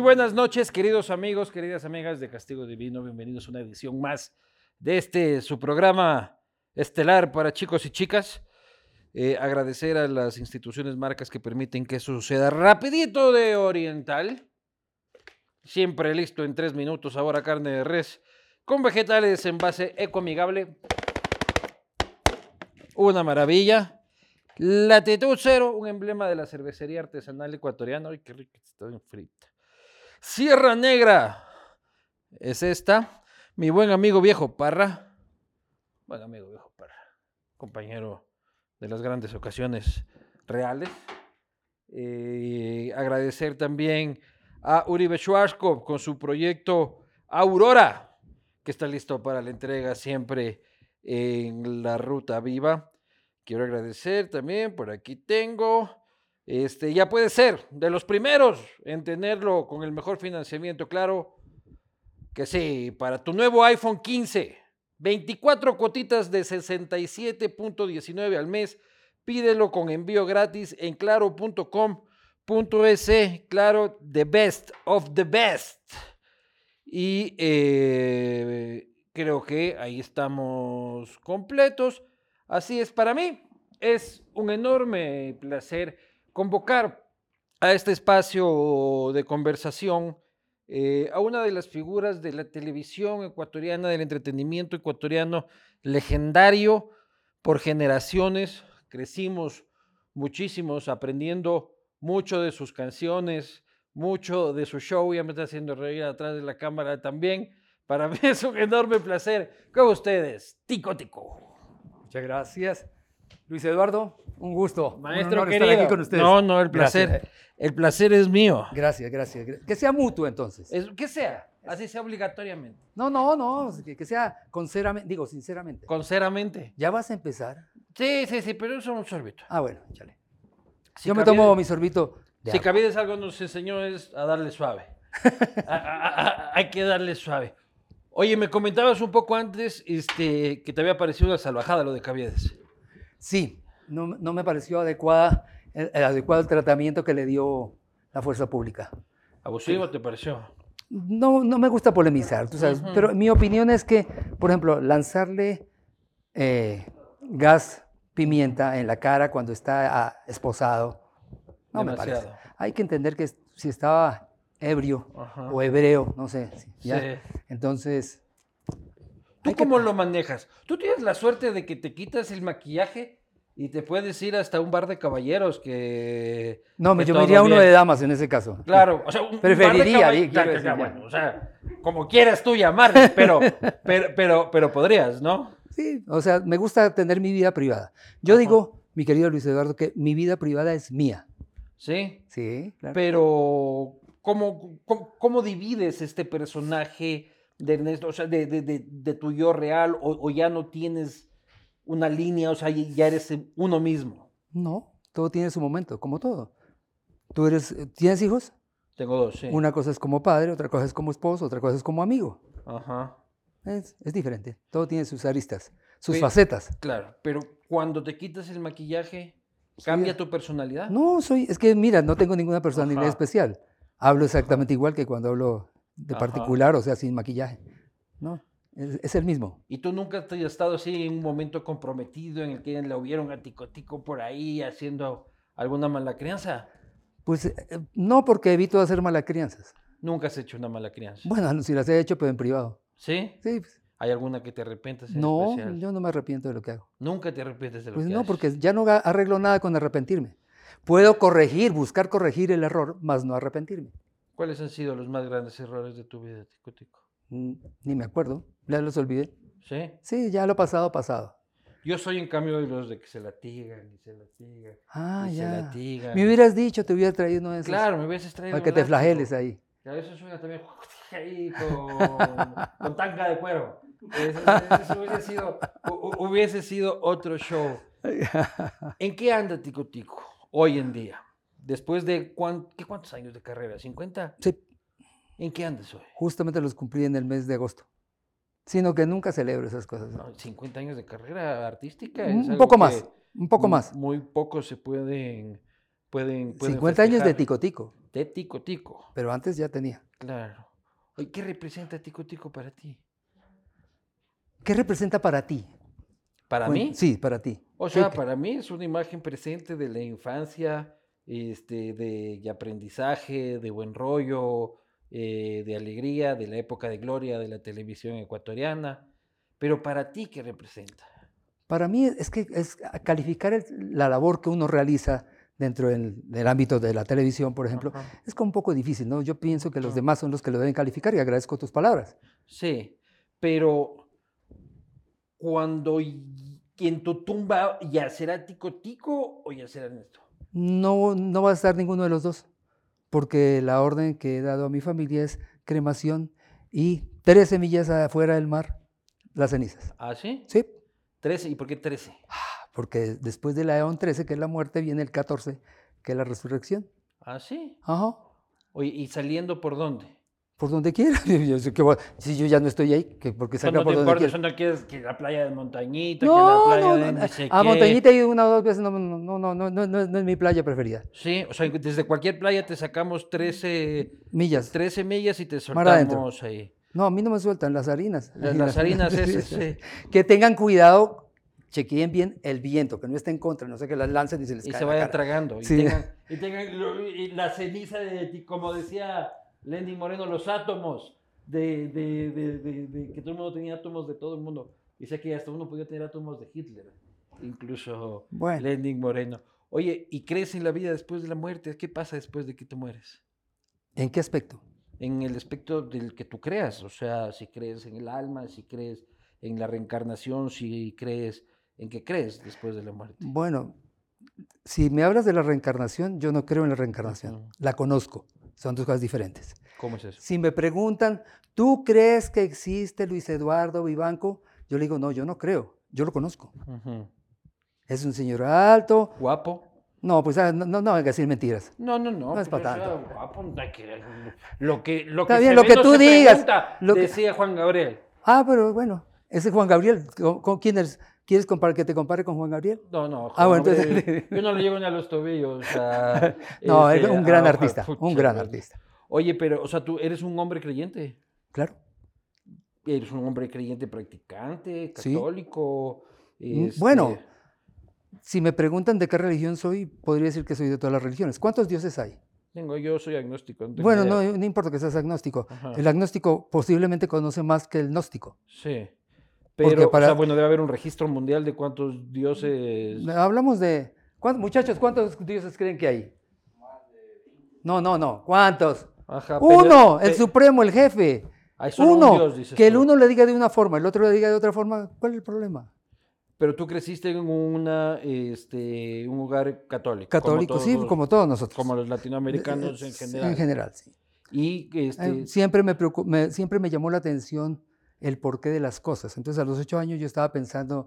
buenas noches, queridos amigos, queridas amigas de Castigo Divino. Bienvenidos a una edición más de este su programa estelar para chicos y chicas. Eh, agradecer a las instituciones, marcas que permiten que eso suceda rapidito de Oriental. Siempre listo en tres minutos, ahora carne de res con vegetales en base ecoamigable. Una maravilla. Latitud Cero, un emblema de la cervecería artesanal ecuatoriana. Ay, qué rica, está bien frita. Sierra Negra es esta. Mi buen amigo viejo Parra. Buen amigo viejo Parra. Compañero de las grandes ocasiones reales. Eh, agradecer también a Uribe Schwarzkopf con su proyecto Aurora, que está listo para la entrega siempre en la Ruta Viva. Quiero agradecer también, por aquí tengo, este, ya puede ser, de los primeros en tenerlo con el mejor financiamiento, claro que sí, para tu nuevo iPhone 15, 24 cuotitas de 67.19 al mes, pídelo con envío gratis en claro.com.es, claro, the best of the best. Y eh, creo que ahí estamos completos. Así es, para mí es un enorme placer convocar a este espacio de conversación eh, a una de las figuras de la televisión ecuatoriana, del entretenimiento ecuatoriano legendario por generaciones. Crecimos muchísimos aprendiendo mucho de sus canciones, mucho de su show. Ya me está haciendo reír atrás de la cámara también. Para mí es un enorme placer. Con ustedes, Tico Tico. Muchas gracias. Luis Eduardo, un gusto. un Maestro honor querido. estar aquí con ustedes. No, no, el Gracias, placer. El placer es mío. eh. Gracias, gracias, gra- Que sea mutuo entonces. Es- que sea, así sea obligatoriamente. No, no, no, que, que sea sinceramente, digo sinceramente. Sinceramente. ¿Ya vas a empezar? Sí, sí, sí, pero eso es un sorbito. Ah, bueno, chale. Si Yo me Caviedes- tomo mi sorbito de Si agua. Caviedes algo nos enseñó es a darle suave. A- a- a- a- hay que darle suave. Oye, me comentabas un poco antes este, que te había parecido una salvajada lo de Caviedes. Sí, no, no me pareció adecuada, el, el adecuado el tratamiento que le dio la fuerza pública. ¿Abusivo te pareció? No, no me gusta polemizar, tú sabes, Ujú. pero mi opinión es que, por ejemplo, lanzarle eh, gas pimienta en la cara cuando está ah, esposado, no me Demasiado. parece. Hay que entender que si estaba ebrio Ajá. o hebreo, no sé, si- Pues, ¿ya? Sí. entonces, ¿Tú Hay que- cómo lo manejas? ¿Tú tienes la suerte de que te quitas el maquillaje y te puedes ir hasta un bar de caballeros que... no, me- que yo me todo iría a uno bien? de damas en ese caso. Claro, o sea, un- un Preferiría, bar de caball- di- quiero Ya, ya, ya, decir, bueno, o sea, como quieras tú llamarles, pero, pero, pero, pero podrías, ¿no? Sí, o sea, me gusta tener mi vida privada. Yo Ajá. digo, mi querido Luis Eduardo, que mi vida privada es mía. Sí, Sí, claro. pero ¿cómo, cómo, cómo divides este personaje de Ernesto, o sea, de, de- de- de tu yo real, o, o ya no tienes una línea, o sea, ya- ya eres uno mismo? No, todo tiene su momento, como todo. Tú eres, eh, ¿tienes hijos? Tengo dos, sí. Una cosa es como padre, otra cosa es como esposo, otra cosa es como amigo. Ajá. Es, es diferente. Todo tiene sus aristas, sus Oye, facetas. Claro, pero cuando te quitas el maquillaje, ¿cambia tu personalidad? No, soy, es que mira, no tengo ninguna personalidad Ajá. especial. Hablo exactamente igual que cuando hablo de Ajá. particular, o sea, sin maquillaje. No, es, es el mismo. ¿Y tú nunca te has estado así en un momento comprometido en el que le hubieron a Ticotico por ahí haciendo alguna mala crianza? Pues eh, no porque evito hacer malas crianzas. Nunca has hecho una mala crianza. Bueno, no, si las he hecho, pero en privado. ¿Sí? Sí, pues, ¿Hay alguna que te arrepientas en no, especial? yo no me arrepiento de lo que hago. Nunca te arrepientes de lo Pues que no, haces. porque ya no ga- arreglo nada con arrepentirme. Puedo corregir, buscar corregir el error, más no arrepentirme. ¿Cuáles han sido los más grandes errores de tu vida, Ticotico? Mm, Ni me acuerdo, ya los olvidé. ¿Sí? Sí, ya lo pasado, pasado. Yo soy, en cambio, de los de que se latigan y se latigan Ah, y se ya. latigan. Me hubieras dicho, te hubiera traído uno de esos. Claro, me hubieses traído Para que un te látigo. flageles ahí. Que a veces suena también ahí con, con tanga de cuero. Eso, eso hubiese, sido, hu- hu- hubiese sido otro show. ¿En qué anda Tico Tico hoy en día? Después de cuán- ¿qué, cuántos años de carrera, ¿50? Sí, ¿En qué andas hoy? justamente los cumplí en el mes de agosto. Sino que nunca celebro esas cosas. ¿no? No, 50 años de carrera artística. es Mm, Un algo poco que mm, más, un poco mu- más. Muy pocos se pueden pueden... pueden 50 años de festejar. tico tico, De tico tico. pero antes ya tenía. Claro. Oye, ¿qué representa Tico Tico para ti? ¿Qué representa para ti? ¿Para Cuen- mí? Sí, para ti. O ¿Qué- sea, qué- para mí es una imagen presente de la infancia, este, de, de aprendizaje, de buen rollo, eh, de alegría, de la época de gloria de la televisión ecuatoriana. Pero para ti, ¿qué representa? Para mí es que es a- calificar el- la labor que uno realiza dentro del, del ámbito de la televisión, por ejemplo, Ajá. es como un poco difícil, ¿no? Yo pienso que los Ajá. demás son los que lo deben calificar y agradezco tus palabras. Sí, pero cuando y- en tu tumba ya será Tico Tico o ya será Ernesto. No, no va a estar ninguno de los dos, porque la orden que he dado a mi familia es cremación y tres semillas afuera del mar, las cenizas. ¿Ah, sí? Sí, Ah. Trece. ¿Y por qué trece? porque después de la E Eón 13, que es la muerte, viene el 14, que es la resurrección. ¿Ah, sí? Ajá, Oye, ¿y saliendo por dónde? por donde quiera. Yo sé que voy- si yo ya no estoy ahí, que porque O sea, no salga por te donde importa, quiera. eso no quieres que la playa de Montañita, No, que la playa no, de no, ni sé A qué. Montañita he ido una o dos veces, no, no, no, no, no, no, no es- no es mi playa preferida. Sí, o sea, desde cualquier playa te sacamos 13, Millas. 13 millas y te Mar adentro. soltamos ahí. No, a mí no me sueltan las harinas. Las, las harinas esas, eh, sí. Que tengan cuidado, chequeen bien el viento, que no esté en contra, no sé que las lancen y se les Y caiga se la vayan cara. tragando. Y, Sí. tengan, y tengan lo- y la ceniza, de, ti- como decía Lenin Moreno, los átomos de, de- de- de- de que todo el mundo tenía átomos de todo el mundo. Dice que hasta uno podía tener átomos de Hitler, incluso Bueno. Lenin Moreno. Oye, ¿y crees en la vida después de la muerte? ¿Qué pasa después de que tú mueres? ¿En qué aspecto? en el aspecto del que tú creas, o sea, si crees en el alma, si crees en la reencarnación, si crees en que crees después de la muerte. Bueno, si me hablas de la reencarnación, yo no creo en la reencarnación. Ujú. La conozco. Son dos cosas diferentes. ¿Cómo es eso? Si me preguntan, ¿tú crees que existe Luis Eduardo Vivanco? Yo le digo, no, yo no creo. Yo lo conozco. Ujú. Es un señor alto. ¿Guapo? No, pues ah, no, no, no venga a decir mentiras. No, no, no. No es pues, pa' o sea, guapo, no hay que- Lo que, lo que Está bien, se lo ve que no tú se digas, pregunta, lo que- decía Juan Gabriel. Ah, pero bueno, ese Juan Gabriel, ¿con, con quién eres? ¿Quieres compar- que te compare con Juan Gabriel? No, no. Juan Ah, bueno, Gabriel, entonces- Yo no le llego ni a los tobillos. o sea, No, este, es un gran ah, artista, un pucha, gran madre. artista. Oye, pero, o sea, tú eres un hombre creyente. Claro. eres un hombre creyente practicante, Sí. católico. Mm, bueno. este, Si me preguntan de qué religión soy, podría decir que soy de todas las religiones. ¿Cuántos dioses hay? Tengo, yo soy agnóstico. no tengo Bueno, idea. no, no importa que seas agnóstico. Ajá. El agnóstico posiblemente conoce más que el gnóstico. Sí. Porque Pero, o para- sea, bueno, debe haber un registro mundial de cuántos dioses. Hablamos de... ¿cuán- muchachos, ¿cuántos dioses creen que hay? No, no, no. ¿Cuántos? Ajá, pero- Uno, el pe- supremo, el jefe. Ay, solo un Uno, dios, dices que el tú. uno le diga de una forma, el otro le diga de otra forma. ¿Cuál es el problema? Pero tú creciste en una, este, un hogar católico. como Católico, sí, todos- como todos nosotros. como los latinoamericanos en Sí, general. En general, sí. Y este, Eh, Siempre me, preocu- me- siempre me llamó la atención el porqué de las cosas. Entonces, a los ocho años yo estaba pensando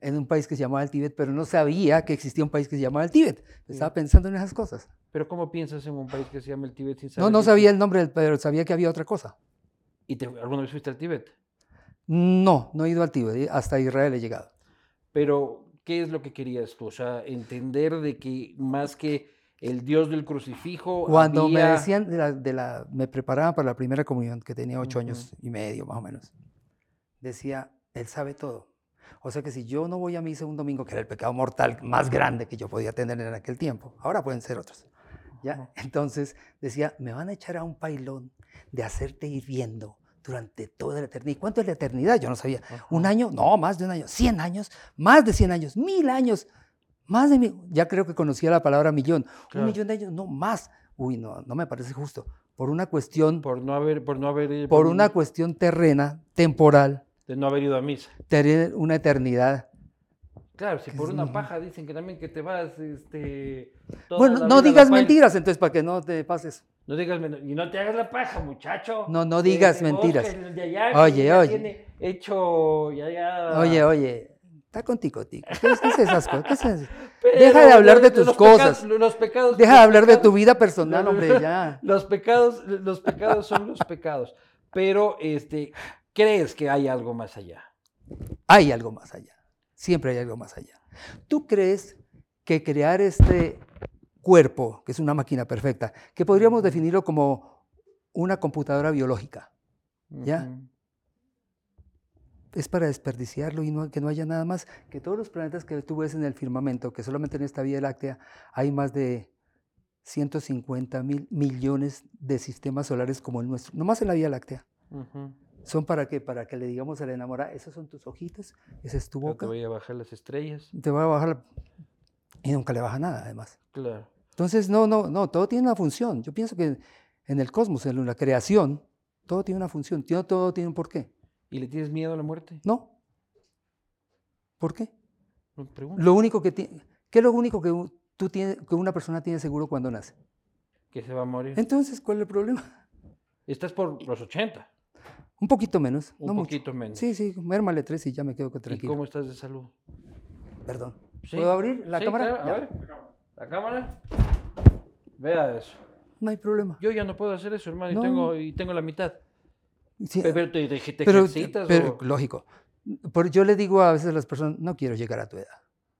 en un país que se llamaba el Tíbet, pero no sabía que existía un país que se llamaba el Tíbet. Estaba pensando en esas cosas. pero ¿cómo piensas en un país que se llama el Tíbet sin saber No, no que sabía existe? el nombre, del- pero sabía que había otra cosa. ¿Y te- alguna vez fuiste al Tíbet? No, no he ido al Tíbet, eh, hasta Israel he llegado. Pero, ¿qué es lo que querías tú? O sea, entender de que más que el Dios del crucifijo. Cuando me había- decían, de la, de la- me preparaban para la primera comunión, que tenía ocho años y medio más o menos, decía, Él sabe todo. O sea que si yo no voy a misa un domingo, que era el pecado mortal más grande que yo podía tener en aquel tiempo, ahora pueden ser otros. ¿ya? Entonces decía, me van a echar a un pailón de hacerte ir viendo durante toda la eternidad. ¿Y cuánto es la eternidad? Yo no sabía. ¿Un año? No, más de un año. ¿Cien años? Más de cien años. ¿Mil años? Más de mil. Ya creo que conocía la palabra millón. Claro. Un millón de años, no más. Uy, no, no me parece justo. Por una cuestión, por, Por no haber. Por, no haber, eh, una cuestión terrena, temporal, De no haber ido a misa. tener una eternidad. Claro, si Que por es una no- paja dicen que también que te vas. Este, toda Bueno, la no vida a la digas paila. mentiras, entonces, para que no te pases. No digas men- Y no te hagas la paja, muchacho. No, no Que digas te busques mentiras. el de allá, que Oye, ya oye. tiene Hecho. Ya, ya. Oye, oye, está con tico tico. ¿Qué es qué es esas cosas? ¿Qué es eso? Pero Deja de hablar de los pecados- tus cosas. los pecados. Deja los de hablar de pecados- tu vida personal, hombre, ya. Los pecados, los pecados son los pecados. Pero, este, ¿crees que hay algo más allá? Hay algo más allá. Siempre hay algo más allá. ¿Tú crees que crear este cuerpo, que es una máquina perfecta, que podríamos definirlo como una computadora biológica. ¿Ya? Ujú. Es para desperdiciarlo y no- que no haya nada más. Que todos los planetas que tú ves en el firmamento, que solamente en esta Vía Láctea hay más de 150 mil millones de sistemas solares como el nuestro, nomás en la Vía Láctea. Ujú. ¿Son para qué? Para que le digamos a la enamorada, esas son tus hojitas, esa es tu Yo Te boca, voy a bajar las estrellas. te voy a bajar la- Y nunca le baja nada, además. Claro. Entonces, no, no, no, todo tiene una función. Yo pienso que en el cosmos, en la creación, todo tiene una función, todo, todo tiene un porqué. ¿Y le tienes miedo a la muerte? No. ¿Por qué? No me pregunto. Lo único que ti- ¿Qué es lo único que, u- tú tienes, que una persona tiene seguro cuando nace? Que se va a morir. Entonces, ¿cuál es el problema? Estás por los 80. Un poquito menos, Un no mucho. poquito menos. Sí, sí, mérmale tres y ya me quedo con- ¿Y tranquilo. cómo estás de salud? Perdón. Sí. ¿Puedo abrir la Sí, cámara? claro, a Ya. ver. La cámara. Vea eso. No hay problema. Yo ya no puedo hacer eso, hermano, No. y, tengo, y tengo la mitad. Sí, Pero te, te, te pero, ejercitas pero- o- lógico. Por- yo le digo a veces a las personas, no quiero llegar a tu edad.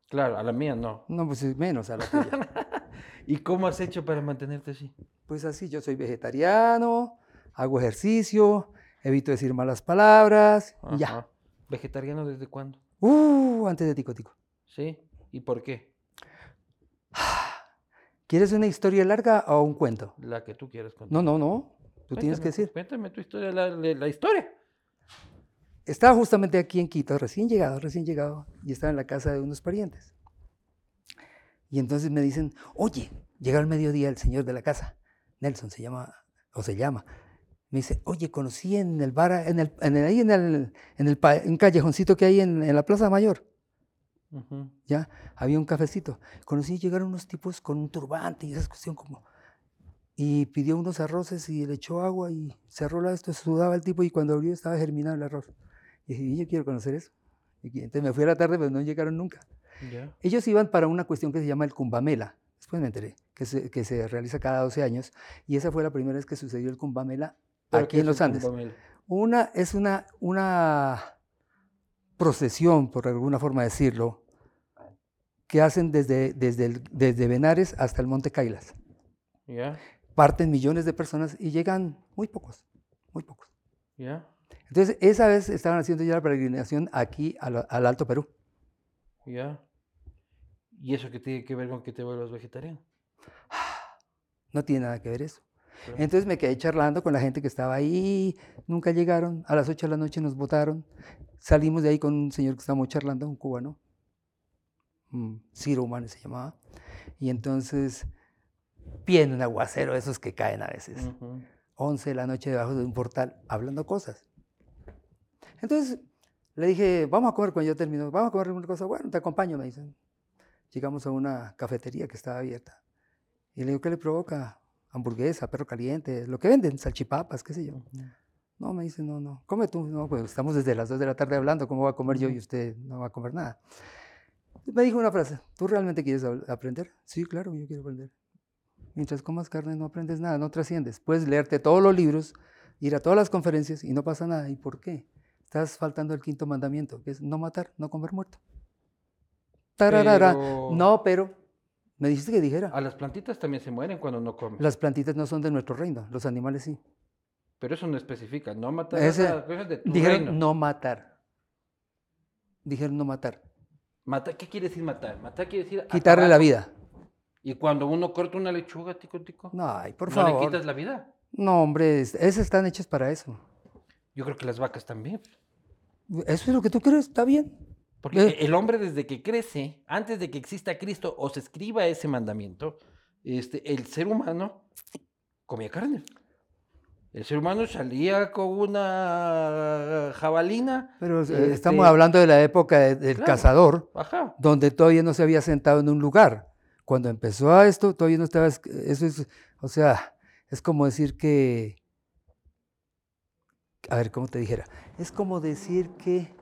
Claro, a la mía no. No, pues menos a la tuya. ¿Y cómo has hecho para mantenerte así? Pues así, yo soy vegetariano, hago ejercicio, evito decir malas palabras, y ya. Ajá. ¿Vegetariano desde cuándo? Uh, antes de tico tico. ¿Sí? ¿Y por qué? ¿Quieres una historia larga o un cuento? La que tú quieras contar. No, no, no. Tú tienes Cuéntame, que decir. Cuéntame tu historia, la, la- la historia. Estaba justamente aquí en Quito, recién llegado, recién llegado, y estaba en la casa de unos parientes. Y entonces me dicen, oye, llega al mediodía el señor de la casa, Nelson se llama, o se llama. Me dice, oye, conocí en el bar, en el, en el- ahí en el, en el pa- un callejoncito que hay en, en la Plaza Mayor, Ujú. ya, había un cafecito. Conocí, llegaron unos tipos con un turbante y esa cuestión como... Y pidió unos arroces y le echó agua y cerró la esto, sudaba el tipo y cuando abrió estaba germinado el arroz. Y dije, "Y yo quiero conocer eso. Y que- entonces me fui a la tarde, pero no llegaron nunca. Ya. Ellos iban para una cuestión que se llama el Cumbamela, después me enteré, que se, que se realiza cada 12 años. Y esa fue la primera vez que sucedió el Cumbamela ¿Pero qué aquí en es los el Andes. cumbamela? Una es una, una procesión, por alguna forma decirlo, que hacen desde, desde, el- desde Benares hasta el Monte Cailas. Ya, Parten millones de personas y llegan muy pocos, muy pocos. ya, Entonces, esa vez estaban haciendo ya la peregrinación aquí a la- al Alto Perú. ya. ¿Y eso qué tiene que ver con que te vuelvas vegetariano? No tiene nada que ver eso. Claro. Entonces me quedé charlando con la gente que estaba ahí, nunca llegaron, a las 8 de la noche nos votaron, salimos de ahí con un señor que estábamos charlando, un cubano, mm, Ciro Humane se llamaba, y entonces viene un aguacero, de esos que caen a veces, Ujú. 11 de la noche debajo de un portal, hablando cosas. Entonces le dije, vamos a comer cuando yo termino, vamos a comer alguna cosa, bueno, te acompaño, me dicen. Llegamos a una cafetería que estaba abierta. Y le digo, ¿qué le provoca? Hamburguesa, perro caliente, lo que venden, salchipapas, qué sé yo. Ujú. No, me dice, no, no, come tú. No, pues estamos desde las 2 de la tarde hablando, ¿cómo va a comer yo Ujú. y usted no va a comer nada? Me dijo una frase, ¿tú realmente quieres habl- aprender? Sí, claro, yo quiero aprender. Mientras comas carne no aprendes nada, no trasciendes. Puedes leerte todos los libros, ir a todas las conferencias y no pasa nada. ¿Y por qué? Estás faltando el quinto mandamiento, que es no matar, no comer muerto. Tararara. Pero- Ah. No, pero me dijiste que dijera. A las plantitas también se mueren cuando no comen. Las plantitas no son de nuestro reino, los animales sí. Pero eso no especifica. No matar Ese- a las cosas de tu Dijeron reino. no matar. Dijeron no matar. Mata- ¿Qué quiere decir matar? Matar quiere decir Quitarle la acabar. vida. Y cuando uno corta una lechuga, tico, tico, No, ay, por no favor. le quitas la vida. No, hombre, es- esas están hechas para eso. Yo creo que las vacas también. Eso es lo que tú crees, está bien. Porque Eh. el hombre desde que crece, antes de que exista Cristo o se escriba ese mandamiento, este, el ser humano comía carne. El ser humano salía con una jabalina. Pero eh, estamos este, hablando de la época de- del claro. cazador, Ajá. donde todavía no se había sentado en un lugar. Cuando empezó a esto, todavía no estaba. es- Eso es, o sea, es como decir que. A ver, ¿cómo te dijera? Es como decir que.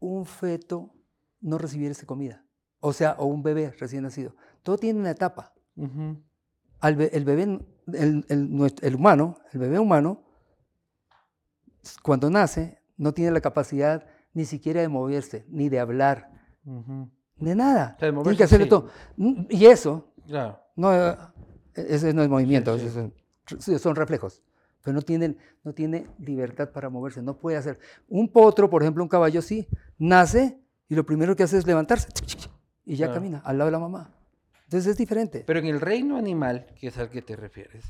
un feto no recibiera esa comida. O sea, o un bebé recién nacido. Todo tiene una etapa. Ujú. Al be- el bebé, n- el, el nues- el humano, el bebé humano, s- cuando nace, no tiene la capacidad ni siquiera de moverse, ni de hablar, Ujú. de nada. sea, de Tiene moverse, que hacerle sí. todo. Mm, Y eso, Claro. no, eh, ese no es movimiento, sí. esos son- sí, son reflejos. Pero no, tienen, no tiene libertad para moverse, no puede hacer. Un potro, por ejemplo, un caballo sí, nace y lo primero que hace es levantarse y ya Claro. camina al lado de la mamá. Entonces es diferente. Pero en el reino animal, que es al que te refieres,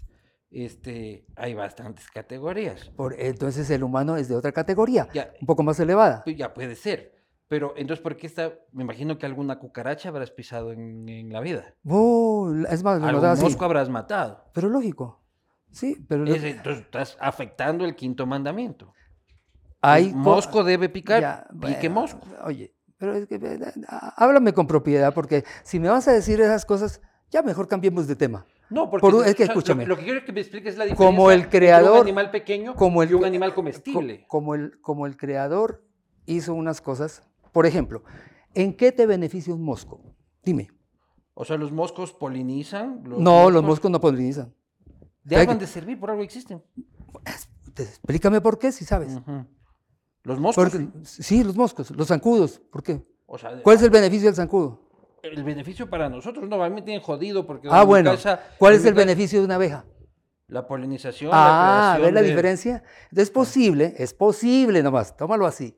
este, hay bastantes categorías. Por- entonces el humano es de otra categoría, Ya, un poco más elevada. pues ya puede ser. Pero entonces, ¿por qué está? Me imagino que alguna cucaracha habrás pisado en, en la vida. Oh, es más, lo Algún notaba así. mosco habrás matado. Pero lógico. Sí, pero lo- Es- entonces estás afectando el quinto mandamiento. hay El co- mosco debe picar, Ya, pique bueno, mosco. Oye, pero es que, eh, ah, háblame con propiedad, porque si me vas a decir esas cosas, ya mejor cambiemos de tema. No, porque Por un- o es sea, que lo- escúchame. Lo, que quiero que me expliques es la diferencia Como el entre un creador- animal pequeño como el y un cre- animal Co- comestible. como, el, como el creador hizo unas cosas, por ejemplo, ¿en qué te beneficia un mosco? Dime. O sea, los moscos polinizan. no, los moscos no polinizan. De hay algo que- han de servir, por algo existen. Te- Explícame por qué, si sabes. Ujú. Los Mm. moscos. Porque- sí, los moscos, los zancudos, ¿por qué? o sea, ¿Cuál es el beneficio del zancudo? el beneficio para nosotros no, a mí me tienen jodido porque. Ah, en mi bueno. casa- ¿Cuál en es mi el ca- beneficio de una abeja? La polinización. Ah, creación ¿ves la de- Ah. diferencia? Es posible, es posible nomás, tómalo así,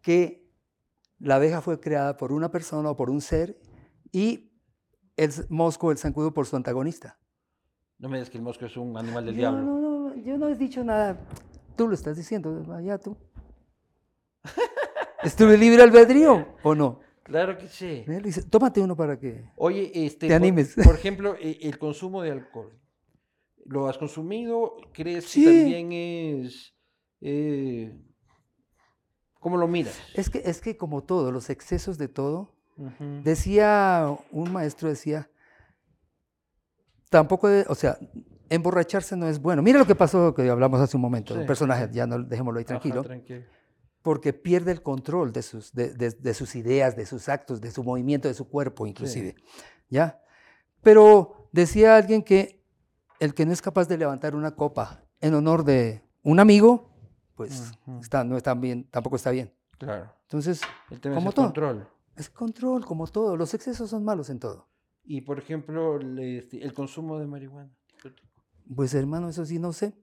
que la abeja fue creada por una persona o por un ser y el s- mosco, el zancudo, por su antagonista. No me digas que el mosco es un animal del Yo diablo. no, no, yo no he dicho nada. Tú lo estás diciendo, allá tú. ¿Estuve libre albedrío o no? Claro que sí. Él dice, Tómate uno para que... Oye, este, Te por- animes. Por, ejemplo, e- el consumo de alcohol. ¿Lo has consumido? ¿Crees Sí. que también es... eh, ¿Cómo lo miras? Es que, es que como todo, los excesos de todo Ujú. Decía, un maestro decía, tampoco, de- o sea, emborracharse no es bueno. Mira lo que pasó, que hablamos hace un momento, Sí. un personaje, ya no, dejémoslo ahí Ajá, tranquilo, tranquilo. porque pierde el control de sus, de, de- de sus ideas, de sus actos, de su movimiento, de su cuerpo inclusive, ¿ya? Pero decía alguien que el que no es capaz de levantar una copa en honor de un amigo, pues Ujú. está, no está bien, tampoco está bien. Claro. Entonces, El tema es Como el todo. control. es control, como todo, los excesos son malos en todo. Y, por ejemplo, el, este, el consumo de marihuana. Pues hermano, eso sí no sé,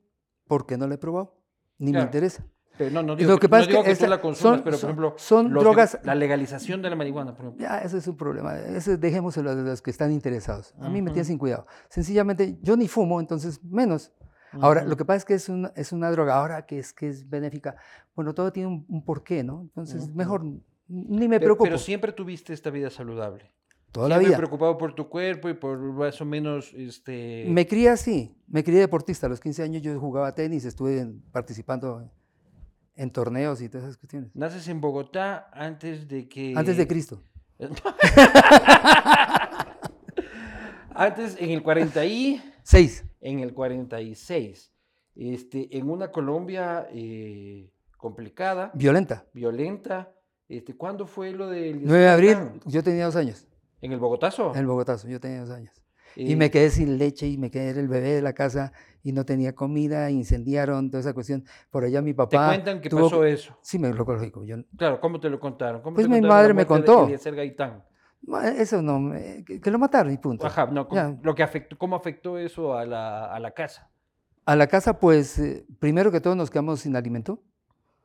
porque no lo he probado, ni Claro. me interesa. Pero no, no Lo digo que pasa es no digo que tú esa- la consumas, son- pero, por son- ejemplo... son los de- drogas- La legalización de la marihuana, por ejemplo. Ya, ese es un problema, ese dejémoselo a los que están interesados. A mí me Ujú. tiene sin cuidado. Sencillamente, yo ni fumo, entonces menos. Ahora, lo Ujú. que pasa es que es una, es una droga, ahora que es, que es benéfica, bueno, todo tiene un, un porqué, ¿no? Entonces, Ujú. mejor n- ni me Pe- preocupo. pero siempre tuviste esta vida saludable. toda la Siempre vida. preocupado por tu cuerpo y por más o menos este Me crié así, me crié deportista. A los 15 años yo jugaba tenis, estuve en- participando en torneos y todas esas cuestiones. naces en Bogotá antes de que Antes de Cristo. antes en el 40 y Seis. en el 46 este en una Colombia eh, complicada Violenta. violenta este ¿cuándo fue lo del 9 de abril, escándalo? yo tenía dos años, en el Bogotazo en el Bogotazo, yo tenía dos años. Y Eh, me quedé sin leche y me quedé era el bebé de la casa y no tenía comida, incendiaron, toda esa cuestión. Por allá mi te papá. cuentan que tuvo- pasó eso Sí, me lo lógico. Yo, claro cómo te lo contaron ¿Cómo Pues te mi contaron la madre me muerte de contó. Eliezer Gaitán Ma- eso no, me- que, que lo mataron y punto. Ajá, no, ¿cómo- Ya. lo que afectó, ¿cómo afectó eso a la, a la casa? A la casa, pues, eh, primero que todo nos quedamos sin alimento.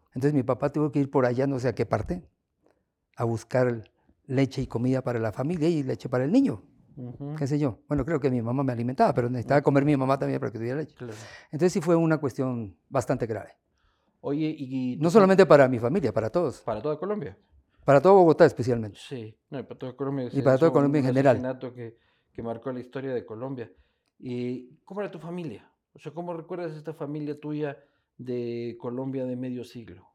Entonces mi papá tuvo que ir por allá, no sé a qué parte, a buscar leche y comida para la familia y leche para el niño, qué sé yo. Bueno, creo que mi mamá me alimentaba, pero necesitaba comer mi mamá también para que tuviera leche. Claro. Entonces sí fue una cuestión bastante grave. Oye, y... y No tú con- solamente para mi familia, para todos. Para toda Colombia. Para todo Bogotá especialmente. Sí, no, y para toda Colombia. Y para toda fue Colombia en un general. asesinato que, que marcó la historia de Colombia. ¿Y ¿Cómo era tu familia? O sea, ¿cómo recuerdas esta familia tuya de Colombia de medio siglo?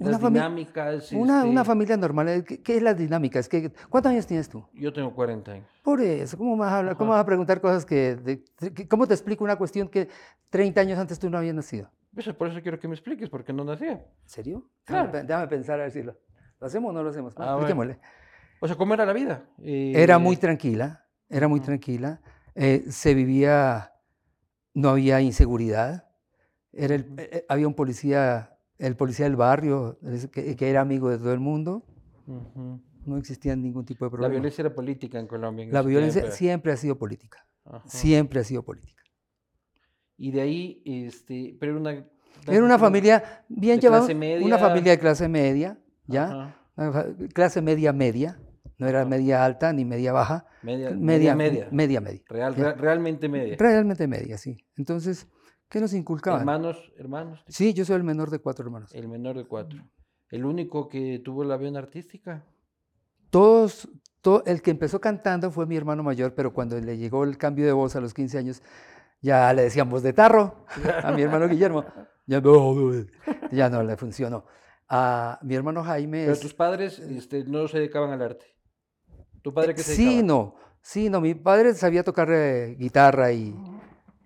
Una Las fami- dinámicas... Una, una este, familia normal, eh, ¿qué, qué es la dinámica? Es que, ¿Cuántos años tienes tú? Yo tengo 40 años. Por eso, ¿cómo vas a, hablar- cómo Ajá. vas a preguntar cosas que, de- que- ¿Cómo te explico una cuestión que 30 años antes tú no habías nacido? Eso, por eso quiero que me expliques, porque no nacía. ¿En serio? Claro. Déjame, pe- déjame pensar a ver si lo, ¿lo hacemos o no lo hacemos. Bueno, Ah, bueno. expliquémosle. O sea, ¿cómo era la vida? Eh, Era muy tranquila, era muy Ujú. tranquila. eh, se vivía, no había inseguridad. Era el- Ujú. eh, eh, había un policía, el policía del barrio, es- que, que era amigo de todo el mundo. Ujú. No existía ningún tipo de La problema. violencia era política en Colombia. en La ese violencia tiempo. siempre ha sido política. Ajá. Siempre ha sido política. Y de ahí, este, pero era una... Era una familia bien de llevada. clase media. Una familia de clase media, ¿ya? Ajá. Una fa- Clase media media. No era media alta ni media baja. Media, media, Media media. Media media. Real- Ya. real- realmente media. Realmente media, sí. Entonces, ¿qué nos inculcaban? Hermanos, hermanos. Sí, yo soy el menor de cuatro hermanos. El menor de cuatro. El único que tuvo la vena artística. Todos, to- el que empezó cantando fue mi hermano mayor, pero cuando le llegó el cambio de voz a los 15 años, ya le decían voz de tarro a mi hermano Guillermo. Ya no, ya no le funcionó. A mi hermano Jaime Pero es... tus padres este, no se dedicaban al arte. ¿Tu padre qué se Eh, Sí, dedicaba? no. Sí, no. Mi padre sabía tocar eh, guitarra y...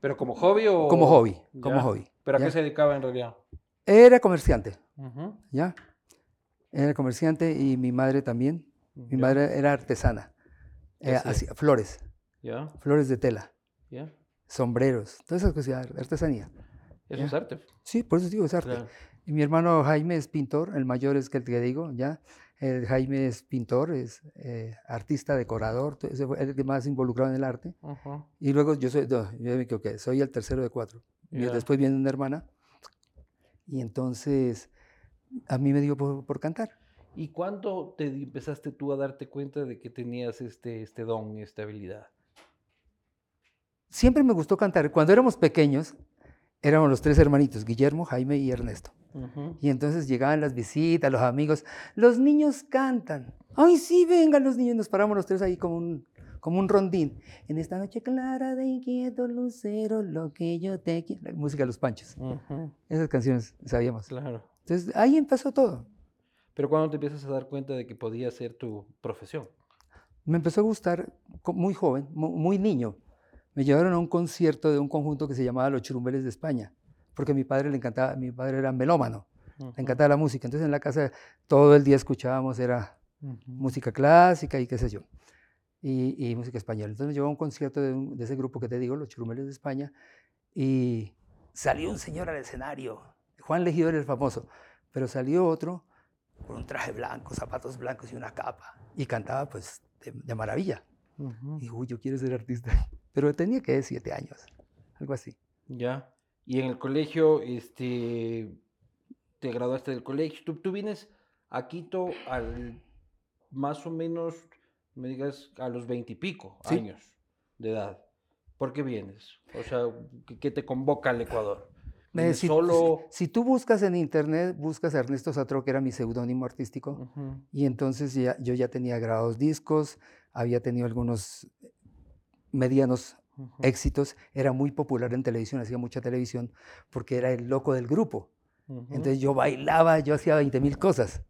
¿Pero como hobby o...? Como hobby, como Oh, Ya. hobby. ¿Pero a ¿ya? qué se dedicaba en realidad? Era comerciante, Ujú, ¿ya? Era comerciante y mi madre también. Mi ya, madre era artesana. ¿Qué eh, hacía? hacía flores, Ya, flores de tela, ya. sombreros, todas esas cosas, artesanía. Eso Ya. es arte. Sí, por eso digo, es arte. claro. Y mi hermano Jaime es pintor, el mayor es que el que digo, ¿ya? El Jaime es pintor, es eh, artista, decorador, to- ese fue el que más involucrado en el arte. Ujú, Y luego yo soy, no, yo me equivoqué, soy el tercero de cuatro. Y ya. Después viene una hermana. Y entonces a mí me dio por, por cantar. ¿Y cuándo te di- empezaste tú a darte cuenta de que tenías este, este don, esta habilidad? Siempre me gustó cantar. Cuando éramos pequeños, éramos los tres hermanitos, Guillermo, Jaime y Ernesto. Ujú. Y entonces llegaban las visitas, los amigos, los niños cantan. Ay, sí, vengan los niños, nos paramos los tres ahí como un, como un rondín. En esta noche clara de inquieto lucero, lo que yo te quiero. La música de los panchos, Ujú, esas canciones sabíamos. Claro. Entonces ahí empezó todo. Pero cuando te empiezas a dar cuenta de que podía ser tu profesión. Me empezó a gustar co- muy joven, mu- muy niño. Me llevaron a un concierto de un conjunto que se llamaba Los Churumbeles de España, porque a mi padre le encantaba, mi padre era melómano, Ujú, le encantaba la música. Entonces en la casa todo el día escuchábamos, era ujú. música clásica y qué sé yo, y, y música española. Entonces llevó a un concierto de, un- de ese grupo que te digo, Los Churumeles de España, y salió un señor al escenario, Juan Legido era el famoso, pero salió otro con un traje blanco, zapatos blancos y una capa, y cantaba pues de, de maravilla. Ujú. Y dijo, uy, yo quiero ser artista, pero tenía que siete años, algo así. Ya. Y en el colegio, este, te graduaste del colegio. Tú, tú vienes a Quito al más o menos, me digas, a los veintipico Sí. años de edad. ¿Por qué vienes? O sea, ¿qué, qué te convoca al Ecuador? Me- ¿Vienes si, solo. si, si tú buscas en internet, buscas a Ernesto Satro, que era mi seudónimo artístico, Ujú, Y entonces ya- yo ya tenía grabados discos, había tenido algunos eh, medianos ujú. éxitos, era muy popular en televisión, hacía mucha televisión, porque era el loco del grupo. Ujú, Entonces yo bailaba, yo hacía 20 mil cosas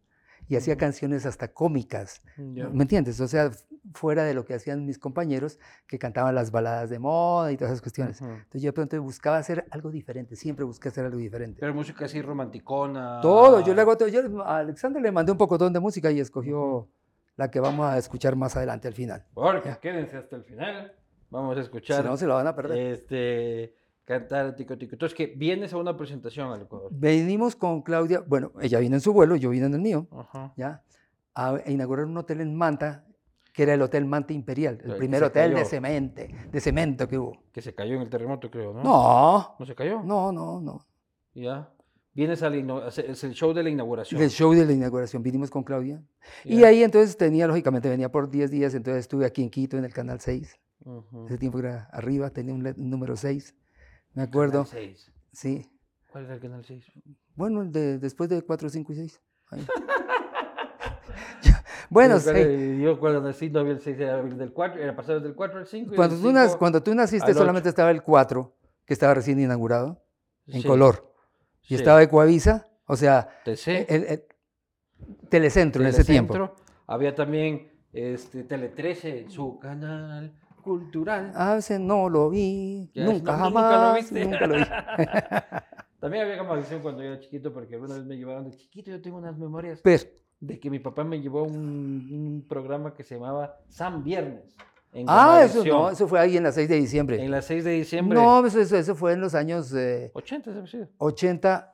y hacía Ujú. canciones hasta cómicas, ya. ¿me entiendes? O sea, f- fuera de lo que hacían mis compañeros que cantaban las baladas de moda y todas esas cuestiones. Ujú. Entonces yo de pronto buscaba hacer algo diferente, siempre busqué hacer algo diferente. Pero música así romanticona. Todo, Ah. yo le hago todo. Yo a Alexander le mandé un pocotón de música y escogió la que vamos a escuchar más adelante al final. Porque Ya. quédense hasta el final. Vamos a Si escuchar. no, se la van a perder. Este, cantar tico tico. Entonces, que vienes a una presentación al Ecuador. Venimos con Claudia, bueno, ella vino en su vuelo, yo vine en el mío, Ajá. ¿ya? A a inaugurar un hotel en Manta, que era el Hotel Manta Imperial, El el que primer se hotel de, cayó. cemente, de cemento que hubo. Que se cayó en el terremoto, creo, ¿no? No, ¿No se cayó? no, no, no. Ya. Vienes al ino- es es el show de la inauguración. El show de la inauguración, vinimos con Claudia. Y Ya. ahí entonces tenía, lógicamente, venía por 10 días, entonces estuve aquí en Quito, en el Canal 6. Ujú. Ese tiempo era arriba, tenía un, let- un número 6. Me Canal acuerdo, seis. sí. ¿Cuál era el canal 6? Bueno, el de, después de 4, 5 y 6. bueno, sí. Yo cuando nací no había el 6, era el del 4, era pasado del 4 al 5. cuando, tú nas- cuando tú naciste al solamente estaba el 4, que estaba recién inaugurado, en color. Y Sí. estaba Ecuavisa, o sea, TC. el, el telecentro en ese tiempo. Telecentro. Había también este, Tele 13, su canal cultural. A veces Ah, no lo vi, Ya, nunca, no, nunca lo jamás, viste. nunca lo vi. También había camavisión cuando yo era chiquito, porque alguna vez me llevaron de chiquito. Yo tengo unas memorias Pero, de que mi papá me llevó a un, un programa que se llamaba San Viernes. en ah, eso Gamavisión, no, eso fue ahí en la 6 de diciembre. En las 6 de diciembre. No, eso, eso, eso fue en los años eh, 80 debe ser. 80,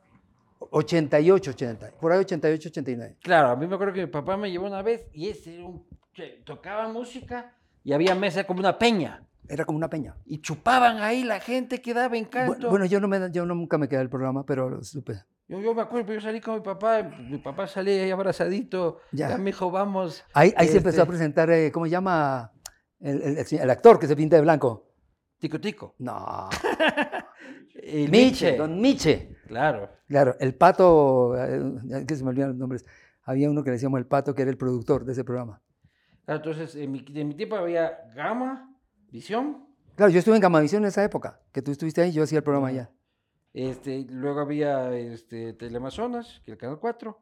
88, 80, por ahí 88, 89. Claro, a mí me acuerdo que mi papá me llevó una vez y ese era un- que tocaba música y había mesa como una peña. Era como una peña. Y chupaban ahí la gente que daba Bu- encanto. Bueno, yo, no me, yo no- nunca me quedé el programa, pero lo supe. yo, yo me acuerdo, pero yo salí con mi papá, mi papá salía ahí abrazadito, ya, Ya. Ah. me dijo, vamos. Ahí, ahí se empezó a Este- presentar, eh, ¿cómo se llama? El, el- el se- el actor que se pinta de blanco. Tico Tico. No. Y Miche, Nietzsche, don Miche. Claro. Claro, el pato, eh, que se me olvidan los nombres. Había uno que le decíamos el pato, que era el productor de ese programa. Ah, Entonces, en mi, de mi tiempo había Gama, Visión, Claro, yo estuve en Gamavisión en esa época, que tú estuviste ahí, yo hacía el programa allá. este, luego había este, Teleamazonas, que el Canal 4,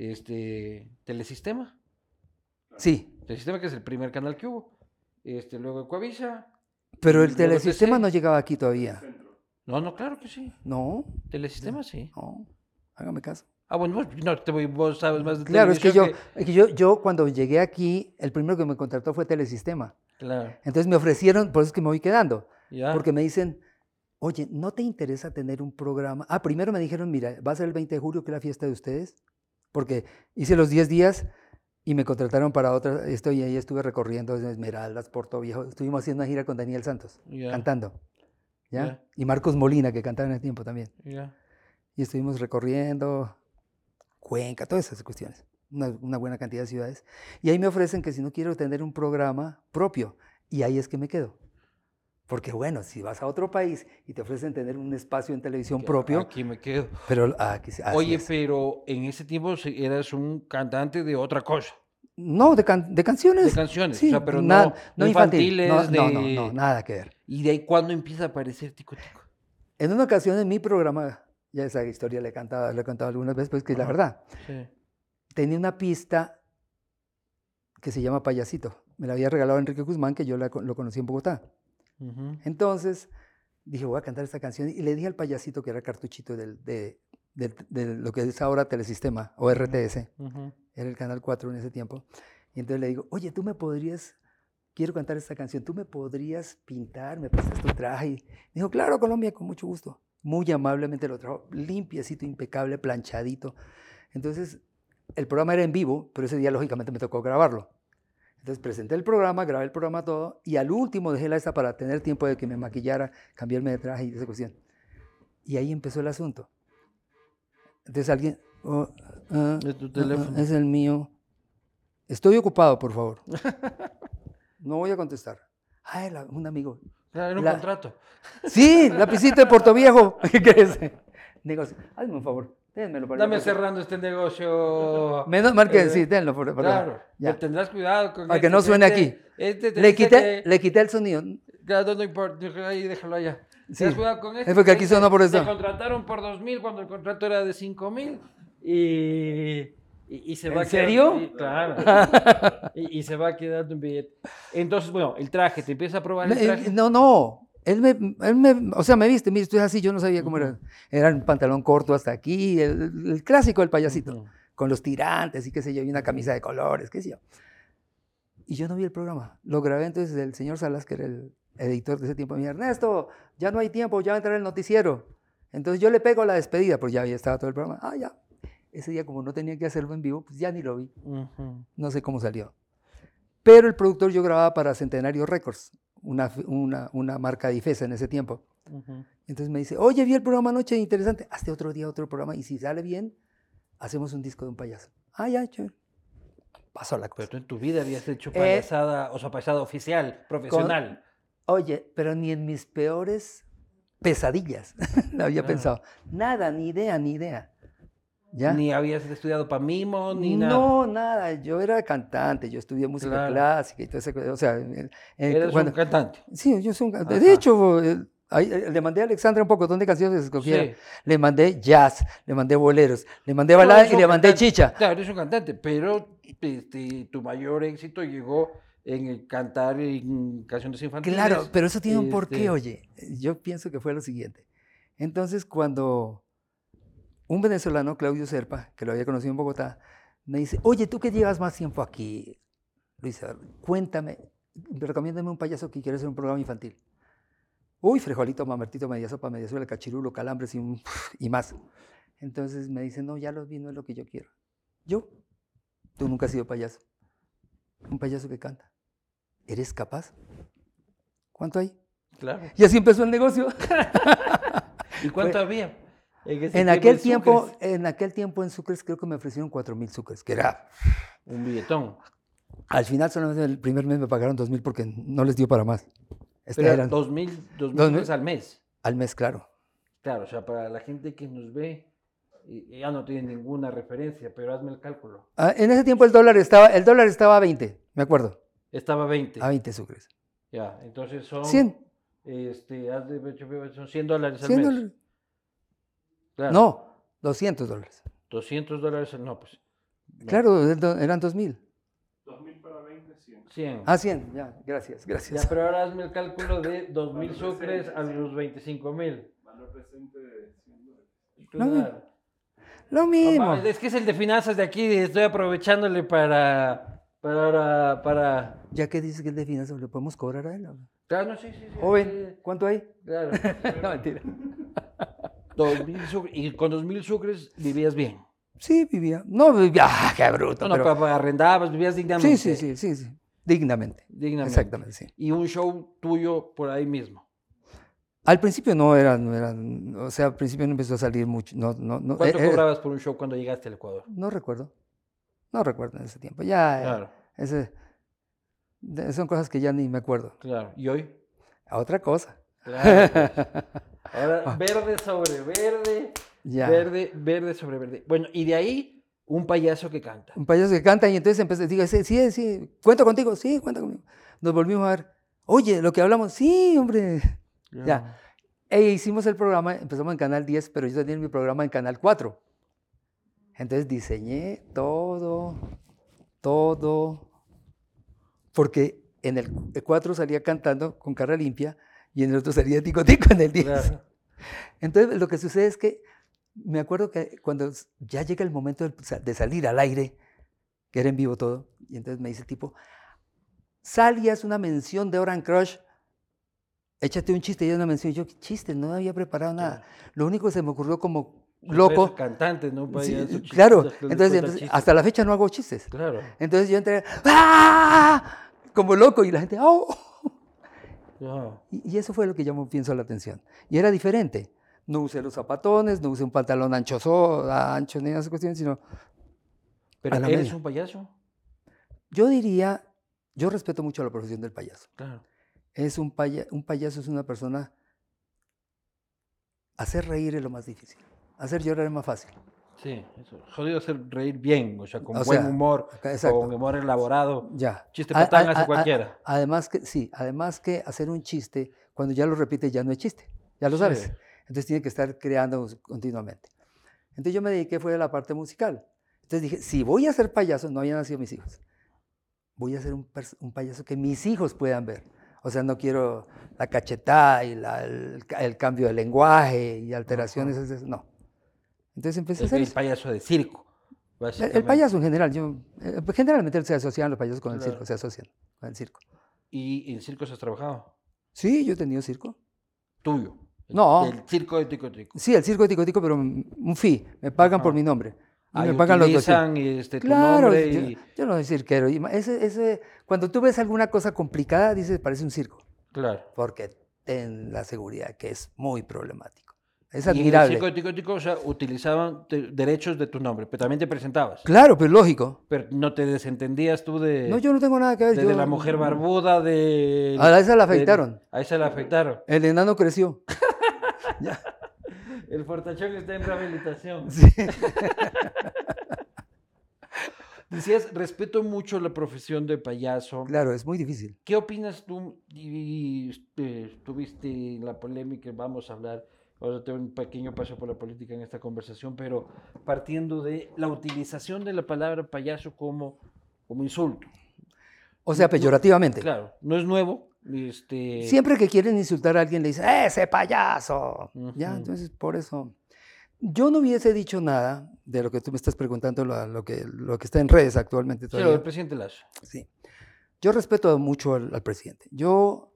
este, Telesistema, Sí, Telesistema que es el primer canal que hubo, este, luego Coavisa, pero Y el luego telesistema TC. no llegaba aquí todavía. no, no, claro que sí, No, Telesistema sí. no, hágame caso. Ah, bueno, vos, no, te voy, vos sabes más de Claro, es que yo, televisión es que yo, yo cuando llegué aquí, el primero que me contrató fue Telesistema. Claro, Entonces me ofrecieron, por eso es que me voy quedando, ya. porque me dicen, oye, ¿no te interesa tener un programa? Ah, primero me dijeron, mira, va a ser el 20 de julio, que es la fiesta de ustedes, porque hice los 10 días y me contrataron para otra, estoy ahí, estuve recorriendo desde Esmeraldas, Puerto Viejo, estuvimos haciendo una gira con Daniel Santos, ya, cantando, ¿ya? Ya. Y Marcos Molina, que cantaba en el tiempo también. ya. Y estuvimos recorriendo Cuenca, todas esas cuestiones, una, una buena cantidad de ciudades. Y ahí me ofrecen que si no quiero tener un programa propio, y ahí es que me quedo. Porque bueno, si vas a otro país y te ofrecen tener un espacio en televisión propio, Aquí me quedo. pero aquí se- así Oye, es. pero en ese tiempo se- eras un cantante de otra cosa, no, de, can- de canciones. de canciones, Pues, sí, o sea, pero na- no, no infantiles, no, no, no, de- no, nada que ver. ¿Y de ahí cuándo empieza a aparecer Tico Tico? En una ocasión en mi programa, ya esa historia le he cantado, le he contado algunas veces, pues que es la Ajá. verdad. Sí. tenía una pista que se llama Payasito. Me la había regalado Enrique Guzmán, que yo la co- lo conocí en Bogotá. Ujú. Entonces dije, voy a cantar esta canción. Y le dije al payasito, que era cartuchito del- de, de- de lo que es ahora Telesistema o RTS, Ujú. era el Canal 4 en ese tiempo. Y entonces le digo, oye, tú me podrías, quiero cantar esta canción, tú me podrías pintar, me prestas tu traje. Y dijo, claro, Colombia, con mucho gusto. Muy amablemente lo trajo, limpiecito, impecable, planchadito. Entonces, el programa era en vivo, pero ese día lógicamente me tocó grabarlo. Entonces presenté el programa, grabé el programa todo y al último dejé la esta para tener tiempo de que me maquillara, cambiarme de traje y esa cuestión. Y ahí empezó el asunto. Entonces alguien... oh, ah, De tu Ah, ah, teléfono. Es el mío. Estoy ocupado, por favor. No voy a contestar. Ah, el- un amigo. Claro, era un La- contrato. Sí, lapicito de Puerto Viejo. ¿Qué crees? Negocio. Hazme un favor. Déjenmelo para Dame allá, porque- cerrando este negocio. Menos mal que Eh, sí, déjenlo por, por allá. Claro, Ya. pero tendrás cuidado con Para que no suene aquí. Este te Le dice quité, que- le quité el sonido. Claro, no importa, déjalo ahí déjalo allá. Sí. Tendrás cuidado con este Es porque te aquí dice, sonó por Te eso. contrataron por 2.000 cuando el contrato era de 5.000 y, y, y se ¿En va quedando- serio? y- claro. y, y se va quedando un billete. Entonces, bueno, el traje, te empieza a probar el Me- traje. No, no. Él me, él me- o sea, me viste, mire, estoy así, yo no sabía cómo era. Era un pantalón corto hasta aquí, el, el clásico del payasito. Ujú. con los tirantes y qué sé yo, y una camisa de colores, qué sé yo. Y yo no vi el programa. Lo grabé entonces el señor Salas, que era el editor de ese tiempo, me dijo, Ernesto, ya no hay tiempo, ya va a entrar el noticiero. Entonces yo le pego la despedida, pues ya había estaba todo el programa. Ah, ya. Ese día como no tenía que hacerlo en vivo, pues ya ni lo vi. Ujú. No sé cómo salió. Pero el productor yo grababa para Centenario Records, una, una, una marca difesa en ese tiempo. Ujú. Entonces me dice, oye, vi el programa anoche, interesante, hazte otro día otro programa y si sale bien, hacemos un disco de un payaso. Ah, ya, chévere. Pasó la Pero cosa. tú en tu vida habías hecho Eh, payasada, o sea, payasada oficial, profesional. Oye, pero ni en mis peores pesadillas lo había Claro. pensado. Nada, ni idea, ni idea. ¿Ya? Ni habías estudiado para mimo, ni nada. no, nada. Yo era cantante, yo estudié música Claro. clásica y todo ese... O sea, en- en- Eres cuando- un cantante. Sí, yo soy un cantante. Ajá. De hecho, eh, ahí, eh, le mandé a Alexandra un poco, ¿dónde canciones escogiera? Sí. Le mandé jazz, le mandé boleros, le mandé No, balada eres y un le mandé cantante. chicha. Claro, eres un cantante, pero este, tu mayor éxito llegó en el cantar en canciones infantiles. Claro, pero eso tiene un este, porqué, oye. Yo pienso que fue lo siguiente. Entonces, cuando un venezolano, Claudio Serpa, que lo había conocido en Bogotá, me dice, oye, tú que llevas más tiempo aquí, Luis, a ver, cuéntame, recomiéndame un payaso que quiere hacer un programa infantil. Uy, frijolito, mamertito, media sopa, media suela, cachirulo, calambres y, un- y más. Entonces me dicen, no, ya los vi, no es lo que yo quiero. Yo, tú nunca has sido payaso. Un payaso que canta. ¿Eres capaz? ¿Cuánto hay? Claro. Y así empezó el negocio. ¿Y cuánto había? En, ese En aquel, Sucres? tiempo, en aquel tiempo en Sucres creo que me ofrecieron 4 mil Sucres, que era... Un billetón. Al final solamente el primer mes me pagaron 2 mil porque no les dio para más. Este Pero eran dos mil, dos mil Dos mil. dólares al mes. al mes, claro. Claro, o sea, para la gente que nos ve, y- y ya no tiene ninguna referencia, pero hazme el cálculo. Ah, en ese tiempo el dólar estaba, el dólar estaba a 20, me acuerdo. Estaba 20. A 20 Sucres. Ya, entonces son... 100. Este, haz de ocho mil, son 100 dólares al 100 mes. dólares. Claro, No, 200 dólares. 200 dólares al... No, pues... no, Claro, el do- eran 2000. 100. Ah, 100, ya, gracias, Ya, gracias. pero ahora hazme el cálculo de 2.000 sucres a los 25.000. Valor No, presente Lo de mismo. es que es el de finanzas de aquí, estoy aprovechándole para... Para... para... Ya que dices que el de finanzas, ¿le podemos cobrar a él? o no? Claro, no, sí, sí, sí, Joven, sí, ¿cuánto hay? Claro. no, mentira. 2.000 sucres, y con 2.000 sucres vivías bien. Sí, vivía. No, vivía, ah, qué No, bruto. no, pero- pa- pa- arrendabas, vivías sí, dignamente. sí, sí, sí, sí. Dignamente. Dignamente. Exactamente, sí. Y un show tuyo por ahí mismo. Eh, Al principio no era, no era, o sea, al principio no empezó a salir mucho. No, no, no, ¿Cuánto eh, eh, cobrabas por un show cuando llegaste al Ecuador? No recuerdo. No recuerdo en ese tiempo. Ya, eh, Claro, ese- de- son cosas que ya ni me acuerdo. claro. ¿Y hoy? A otra cosa. Claro. pues. Ahora, verde sobre verde, Ah. Ya. verde, verde sobre verde. Bueno, y de ahí, un payaso que canta. un payaso que canta y entonces empecé, digo, sí, sí, sí, cuento contigo, sí, cuenta conmigo. Nos volvimos a ver, oye, lo que hablamos, sí, hombre. Ya. E hicimos el programa, empezamos en Canal 10, pero yo tenía mi programa en Canal 4. Entonces diseñé todo, todo, porque en el 4 salía cantando con cara limpia y en el otro salía tico tico en el 10. Claro. Entonces, lo que sucede es que me acuerdo que cuando s- ya llega el momento del- sa- de salir al aire, que era en vivo todo, y entonces me dice el tipo, sal y haz una mención de Oran Crush, échate un chiste y haz una mención. Y yo, ¿qué chiste? No había preparado nada. Lo único que se me ocurrió como Pues, loco. Cantante, ¿no? Un sí, payaso chiste- claro, que le entonces, cuenta entonces, chistes. hasta la fecha no hago chistes. Claro. Entonces yo entré, ¡ah! Como loco, y la gente, ¡oh! ya. Y, y eso fue lo que llamó, pienso, la atención. Y era diferente. No usé los zapatones, no usé un pantalón ancho, so- ancho ni esas cuestiones, sino Pero A la eres media. un payaso. yo diría, yo respeto mucho la profesión del payaso. Claro. Es un, paya- un payaso es una persona, hacer reír es lo más difícil, hacer llorar es más fácil. Sí, eso. Jodido hacer reír bien, o sea, con O buen sea, humor, ca- exacto. con humor elaborado. Ya. Chiste A- a- patán hace a- a- cualquiera. Además que, sí, además que hacer un chiste, cuando ya lo repites ya no es chiste, ya lo Sí. sabes. Entonces tiene que estar creando continuamente. Entonces yo me dediqué fue a la parte musical. Entonces dije, si voy a ser payaso, no habían nacido mis hijos. Voy a ser un, pers- un payaso que mis hijos puedan ver. O sea, no quiero la cachetada y la- el, ca- el cambio de lenguaje y alteraciones, esas- no. Entonces empecé a El, hacer el eso. payaso de circo. El- El, básicamente. payaso en general, yo, eh, generalmente se asocian los payasos con el Claro. circo, se asocian con el circo. ¿Y en circos has trabajado? Sí, yo he tenido circo. Tuyo. El- No. El circo de Tico Tico. Sí, el circo de tico tico, pero un un fee, me pagan por Ajá. mi nombre. Y Ahí me pagan los 200. utilizan, este, tu Claro, nombre yo, y- yo no soy cirquero. y ma- ese- ese- cuando tú ves alguna cosa complicada, dices, parece un circo, Claro. porque ten la seguridad que es muy problemático. Es Y en el circo admirable. de Tico Tico, o sea, utilizaban te- derechos de tu nombre, pero también te presentabas. Claro, pero lógico. Pero no te desentendías tú de, No, yo no tengo nada que ver. de- yo- de Eh, la mujer barbuda, de... A esa la del- afectaron. a esa la afectaron. El enano creció. El fortachón está en rehabilitación. Decías, respeto mucho la profesión de payaso. Claro, es muy difícil. ¿Qué opinas tú? Y, este, tuviste la polémica, vamos a hablar, ahora tengo un pequeño paso por la política en esta conversación, pero partiendo de la utilización de la palabra payaso como, como insulto. O sea, peyorativamente. Claro, no es nuevo. Este, Siempre que quieren insultar a alguien le dicen, ¡ese payaso! Ya, Ujú. entonces por eso. Yo no hubiese dicho nada de lo que tú me estás preguntando, lo, lo que, lo que está en redes actualmente Sí, lo del todavía. presidente Lazo. Sí. Yo respeto mucho al, al presidente. Yo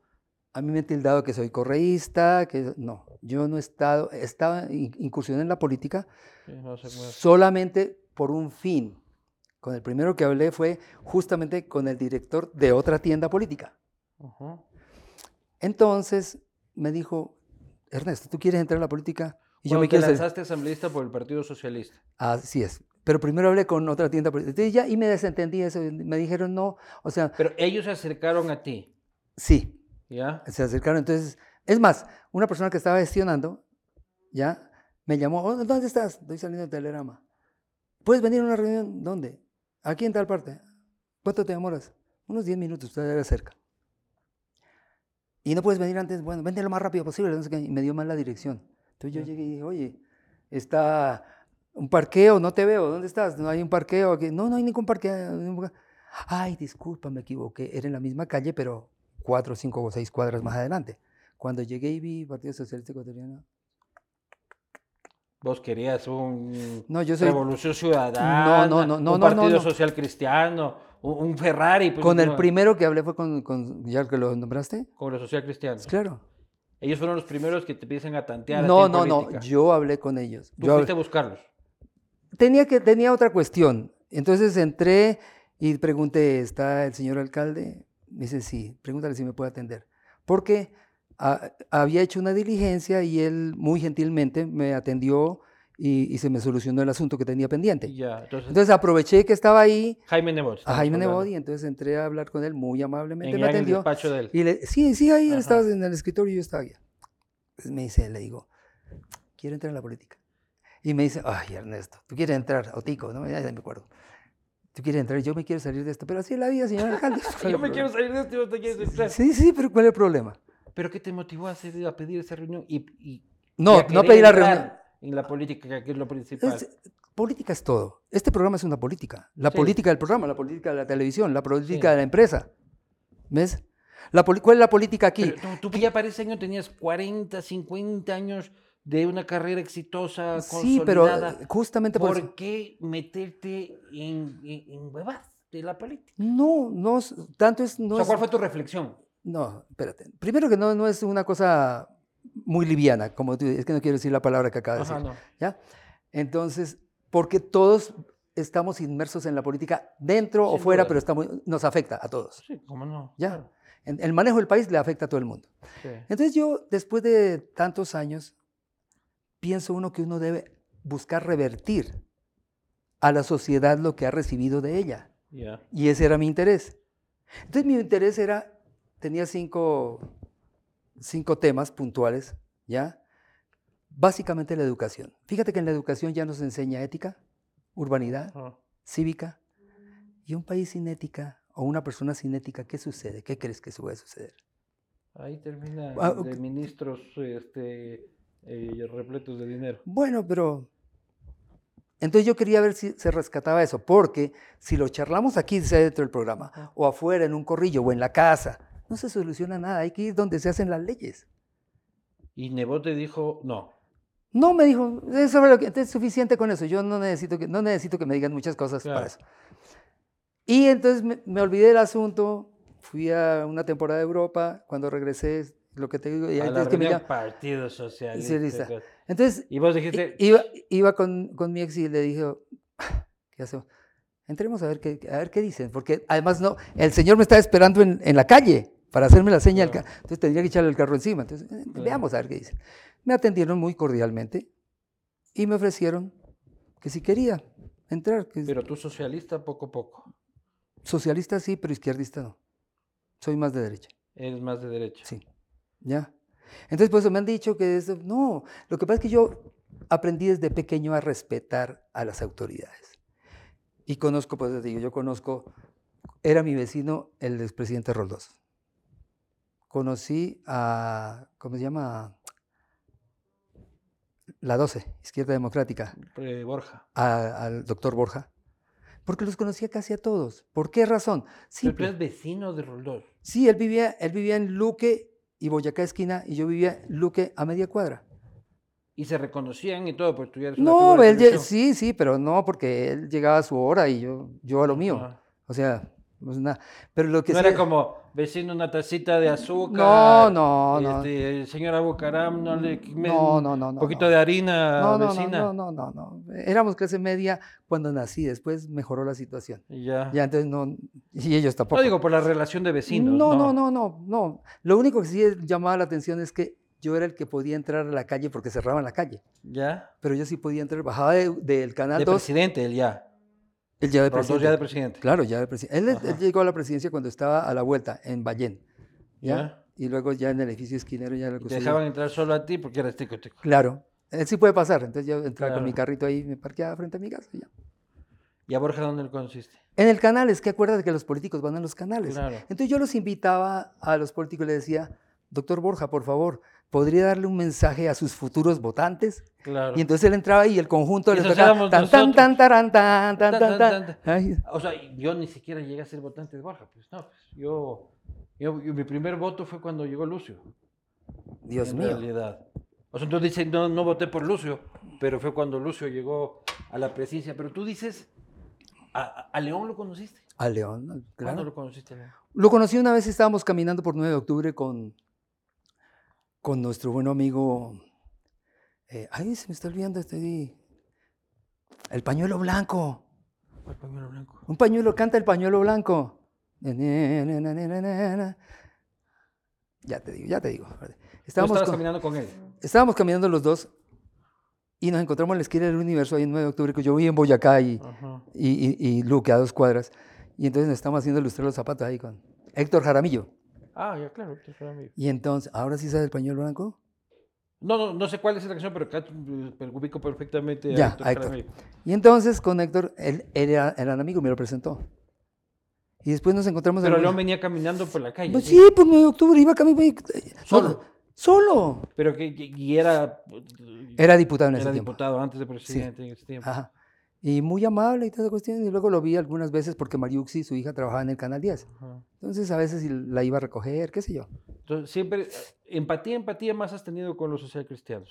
a mí me han tildado que soy correísta, que no, yo no he estado, estaba incursión en la política Sí, no sé cómo es. solamente por un fin. Con el primero que hablé fue justamente con el director de otra tienda política. Ujú. Entonces me dijo, Ernesto, ¿tú quieres entrar a la política? Y yo Cuando me te quiero hacer- lanzaste asambleísta por el Partido Socialista. Así es. Pero primero hablé con otra tienda política. Entonces ya- y me desentendí eso. y Me dijeron no. O sea, Pero ellos se acercaron a ti, sí, ¿ya? se acercaron. Entonces, es más, una persona que estaba gestionando, ya, me llamó, "Oh, ¿dónde estás? Estoy saliendo de Telerama. ¿Puedes venir a una reunión? ¿Dónde? Aquí en tal parte. ¿Cuánto te demoras? Unos 10 minutos, usted era cerca. Y no puedes venir antes, bueno, vente lo más rápido posible. no sé qué, Y me dio mal la dirección. Entonces yo Ya. llegué y dije, oye, está un parqueo, no te veo, ¿dónde estás? No hay un parqueo aquí. No, no hay ningún parqueo. ningún parqueo". Ay, disculpa, me equivoqué. Era en la misma calle, pero cuatro, cinco o seis cuadras más adelante. Cuando llegué y vi Partido Socialista Ecuatoriano. Vos querías un No, yo soy Revolución Ciudadana, no, no, no, un no, Partido no. Social Cristiano, un, un Ferrari. pues, con el no, primero que hablé fue con, con ya el que lo nombraste. Con los social cristianos. Claro. Ellos fueron los primeros que te empiezan a tantear. a ti No, en no, no. política. Yo hablé con ellos. Tú Yo hablé- fuiste a buscarlos. tenía que tenía otra cuestión. Entonces entré y pregunté, ¿está el señor alcalde? Me dice, sí, pregúntale si me puede atender. Porque ah, había hecho una diligencia y él muy gentilmente me atendió y, y se me solucionó el asunto que tenía pendiente. Ya, entonces, Entonces aproveché que estaba ahí Jaime Nebot. a estamos Jaime pues, hablando. Nebot y entonces entré a hablar con él muy En, amablemente, me ya en el atendió. despacho de él. Y le, sí, sí, ahí él Ajá. estaba en el escritorio y yo estaba allá. Entonces me dice, le digo, quiero entrar en la política. Y me dice, ay, Ernesto, tú quieres entrar, o Tico, ¿no? Ya, ya me acuerdo. Tú quieres entrar, yo me quiero salir de esto. Pero así es la vida, señor alcalde. ¿cuál es el Yo me quiero salir problema? de este, vos te quieres entrar. Sí, sí, pero ¿cuál es el problema? ¿Pero qué te motivó a, hacer, a pedir esa reunión? Y, y- y No, a no querer pedí la entrar reunión. En la política, que es lo principal. Es- política es todo. Este programa es una política. La Sí. política del programa, la política de la televisión, la política Sí. de la empresa. ¿Ves? La poli- ¿Cuál es la política aquí? Pero tú, tú ya para ese año tenías 40, 50 años de una carrera exitosa, sí, pero consolidada. eh, justamente por, eso- ¿Por qué meterte en, en, en huevadas de la política? No, no, es- tanto es... No o sea, es- ¿cuál fue tu reflexión? No, espérate. Primero que no, no es una cosa muy liviana, como tú, es que no quiero decir la palabra que acabas de Ajá, decir. no. ¿ya? Entonces, porque todos estamos inmersos en la política, dentro o Sin fuera, duda. pero estamos, nos afecta a todos. Sí, cómo no. Ya. claro, En- El manejo del país le afecta a todo el mundo. sí. Entonces yo, después de tantos años, pienso uno que uno debe buscar revertir a la sociedad lo que ha recibido de ella. Ya. Y ese era mi interés. Entonces mi interés era, tenía cinco, cinco temas puntuales, ¿ya? Básicamente la educación. Fíjate que en la educación ya nos enseña ética, urbanidad, Ajá. cívica. Y un país sin ética o una persona sin ética, ¿qué sucede? ¿Qué crees que puede suceder? Ahí termina Ah, de ok. ministros este, eh, repletos de dinero. Bueno, pero... Entonces yo quería ver si se rescataba eso, porque si lo charlamos aquí, sea dentro del Ajá. programa, o afuera, en un corrillo, o en la casa, no se soluciona nada. Hay que ir donde se hacen las leyes. Y Nebot te dijo, no. No, me dijo, es, sobre lo que, es suficiente con eso, yo no necesito que, no necesito que me digan muchas cosas Claro. para eso. Y entonces me, me olvidé del asunto, fui a una temporada de Europa, cuando regresé, lo que te digo, y a ahí la es que me reunión llama- Partido Socialista. Socialista. que- Entonces Y vos i- dijiste, iba, iba con, con mi ex y le dije, "Oh, ¿qué hacemos? Entremos a ver qué, a ver qué dicen, porque además no, el señor me está esperando en, en la calle para hacerme la señal, Claro. entonces tendría que echarle el carro encima, entonces eh, Claro. veamos a ver qué dicen. Me atendieron muy cordialmente y me ofrecieron que si quería entrar, que pero tú socialista poco a poco. socialista sí, pero izquierdista no, soy más de derecha. Eres más de derecha. Sí, ya. Entonces, por eso me han dicho que eso, no, lo que pasa es que yo aprendí desde pequeño a respetar a las autoridades. Y conozco, pues te digo, yo conozco, era mi vecino el expresidente Roldós. Conocí a, ¿cómo se llama? La 12, Izquierda Democrática Eh, Borja. a- al doctor Borja, porque los conocía casi a todos. ¿Por qué razón? Pero tú Simple. eres vecino de Roldós. Sí, él vivía, él vivía en Luque y Boyacá esquina y yo vivía en Luque a media cuadra. Y Y se reconocían y todo, pues tú ya eres una No, figura de él lle- televisión. sí, sí, pero no porque él llegaba a su hora y yo, yo a lo mío. Ajá. O sea, pues nada. Pero lo que No sí- era como, vecino una tacita de azúcar. No, no, no. este, señora Bucaram, no le me- No, no, no. un no, poquito no. de harina no, no, no, vecina. no, no, no, no. Éramos clase media cuando nací, después mejoró la situación. Y ya. Ya entonces no, y ellos tampoco. Ah. No digo por la relación de vecinos. no, no, no, no, no. Lo único que sí es- llamaba la atención es que yo era el que podía entrar a la calle porque cerraban la calle. Ya. Pero yo sí podía entrar, bajaba de- del canal De 2, presidente, él ya. el ya de Los dos presidente. ya de presidente. Claro, ya de presidente. Él, él Ajá. llegó a la presidencia cuando estaba a la vuelta, en Ballén. ¿ya? Ya. Y luego ya en el edificio esquinero ya lo Y que te usted- dejaban entrar solo a ti porque eras tico tico. Claro. Él sí puede pasar. Entonces yo entraba con mi Claro. carrito ahí, me parqueaba frente a mi casa. y ya. ¿Y a Borja dónde lo consiste? En el canal, es que acuérdate que los políticos van a los canales. Claro. Entonces yo los invitaba a los políticos y les decía, doctor Borja, por favor, ¿podría darle un mensaje a sus futuros votantes? Claro. Y entonces él entraba y el conjunto Y le eso tocaba éramos tan tan tan tarán, tan tan Tan, tan tan, tan. tan, Ay, O sea, y yo ni siquiera llegué a ser votante de Borja, pues no, pues, yo, yo, yo- mi primer voto fue cuando llegó Lucio. Dios en mío. realidad. O sea, tú dices, no, no voté por Lucio, pero fue cuando Lucio llegó a la presidencia. Pero tú dices, ¿a, a León lo conociste? A León, ¿no? ¿Cuándo claro. lo conociste? a León? Lo conocí una vez, estábamos caminando por 9 de octubre con, con nuestro buen amigo. eh, ay, se me está olvidando este. El pañuelo blanco. Fue el pañuelo blanco. Un pañuelo, canta el pañuelo blanco. Na, na, na, na, na, na, na, na. Ya te digo, ya te digo. Espérate. Tú Estábamos, estabas con- caminando con él. estábamos caminando los dos y nos encontramos en la esquina del universo ahí en 9 de octubre, que yo vivo en Boyacá Ah. y, Ajá. y, y, y Luque a dos cuadras. Y entonces nos estamos haciendo ilustrar los zapatos ahí con Héctor Jaramillo. Ah, ya, claro, que fue amigo. Y entonces, ¿ahora sí sabes el pañuelo blanco? No, no, no sé cuál es la canción, pero acá eh, pero ubico perfectamente a Ya, Héctor a Héctor. Jaramillo. Y entonces con Héctor, él, él era, era un amigo, me lo presentó. Y después nos encontramos en Pero el- León venía caminando por la calle. Pues ¿sí? sí, pues 9 de octubre iba caminando. Solo. eh, Solo. Pero que, que- y era... Era diputado en ese era tiempo. diputado antes de presidente en ese tiempo. Ajá. Y muy amable y toda esa cuestión. Y luego lo vi algunas veces porque Mariuxi, su hija, trabajaba en el Canal 10. Ajá. Entonces a veces y la iba a recoger, qué sé yo. Entonces, siempre, eh, empatía, empatía más has tenido con los socialcristianos.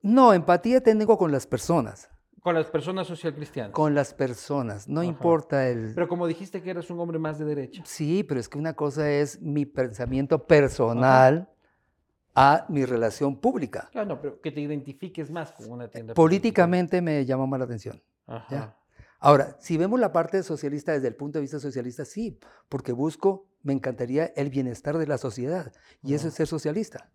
No, empatía tengo con las personas. Con las personas socialcristianas. Con las personas. No Ajá. importa el... Pero como dijiste que eras un hombre más de derecha. Sí, pero es que una cosa es mi pensamiento personal a mi relación pública. Claro, ah, no, pero que te identifiques más con una tienda. Políticamente me llama más la atención. política. Ajá. ya. Ahora, si vemos la parte socialista desde el punto de vista socialista, sí, porque busco, me encantaría el bienestar de la sociedad. Y eso Ujú. es ser socialista.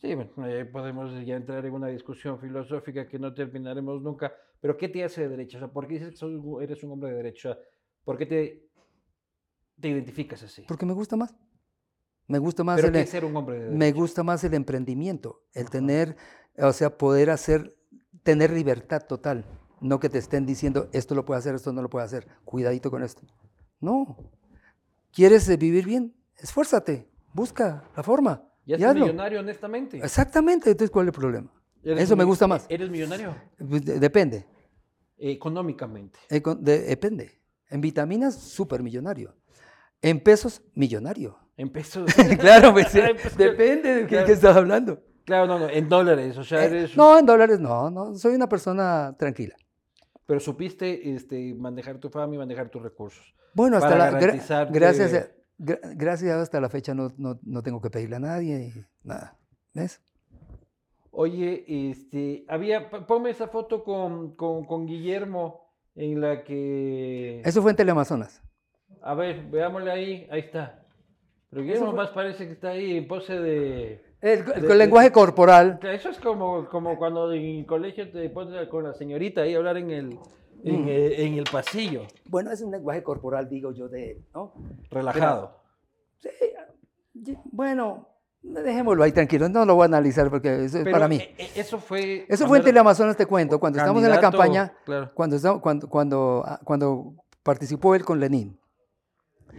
Sí, bueno, ahí podemos ya entrar en una discusión filosófica que no terminaremos nunca. Pero ¿qué te hace de derecha? O sea, ¿por qué dices que soy un- eres un hombre de derecha? O sea, ¿Por qué te, te identificas así? Porque me gusta más. Me gusta más ¿Pero el, e qué es ser un hombre de derecha? me gusta más el emprendimiento, el Ajá. tener, o sea, poder hacer, tener libertad total. No que te estén diciendo esto lo puede hacer, esto no lo puede hacer. Cuidadito con esto. No. ¿Quieres eh, vivir bien? Esfuérzate, busca la forma. Ya y eres hazlo. millonario, honestamente. Exactamente, entonces ¿cuál es el problema? Eres eso me millo- gusta más. ¿Eres millonario? Pues, de- Depende. Eh, económicamente. Eco- de- depende. En vitaminas, súper millonario. En pesos, millonario. En pesos. claro, pues, Ay, pues, claro. depende de qué, Claro. qué estás hablando. claro, no, no, en dólares. O sea, Eh, eres. no, en dólares no, no. Soy una persona tranquila. Pero supiste este, manejar tu fama y manejar tus recursos. Bueno, hasta Para la, gra- garantizarte- gracias, a- gra- gracias a Dios, hasta la fecha no, no, no tengo que pedirle a nadie y nada. ¿Ves? Oye, este, había, p- ponme esa foto con, con- con Guillermo en la que... Eso fue en Teleamazonas. A ver, veámosle ahí, ahí está. Pero Guillermo más parece que está ahí en pose de... El, el De- lenguaje corporal. Eso es como, como cuando en el colegio te pones con la señorita ahí a hablar en el, en, Mm. el, en el pasillo, Bueno, es un lenguaje corporal, digo yo, de él, ¿no? relajado. Sí, ye- bueno, dejémoslo ahí tranquilo, no lo voy a analizar porque eso es Pero, para mí. eh, eh, Eso fue... Eso cuando fue en era Teleamazonas, te cuento, cuando estamos en la candidato, campaña, Claro. cuando, estamos- cuando, cuando, ah, cuando participó él con Lenin.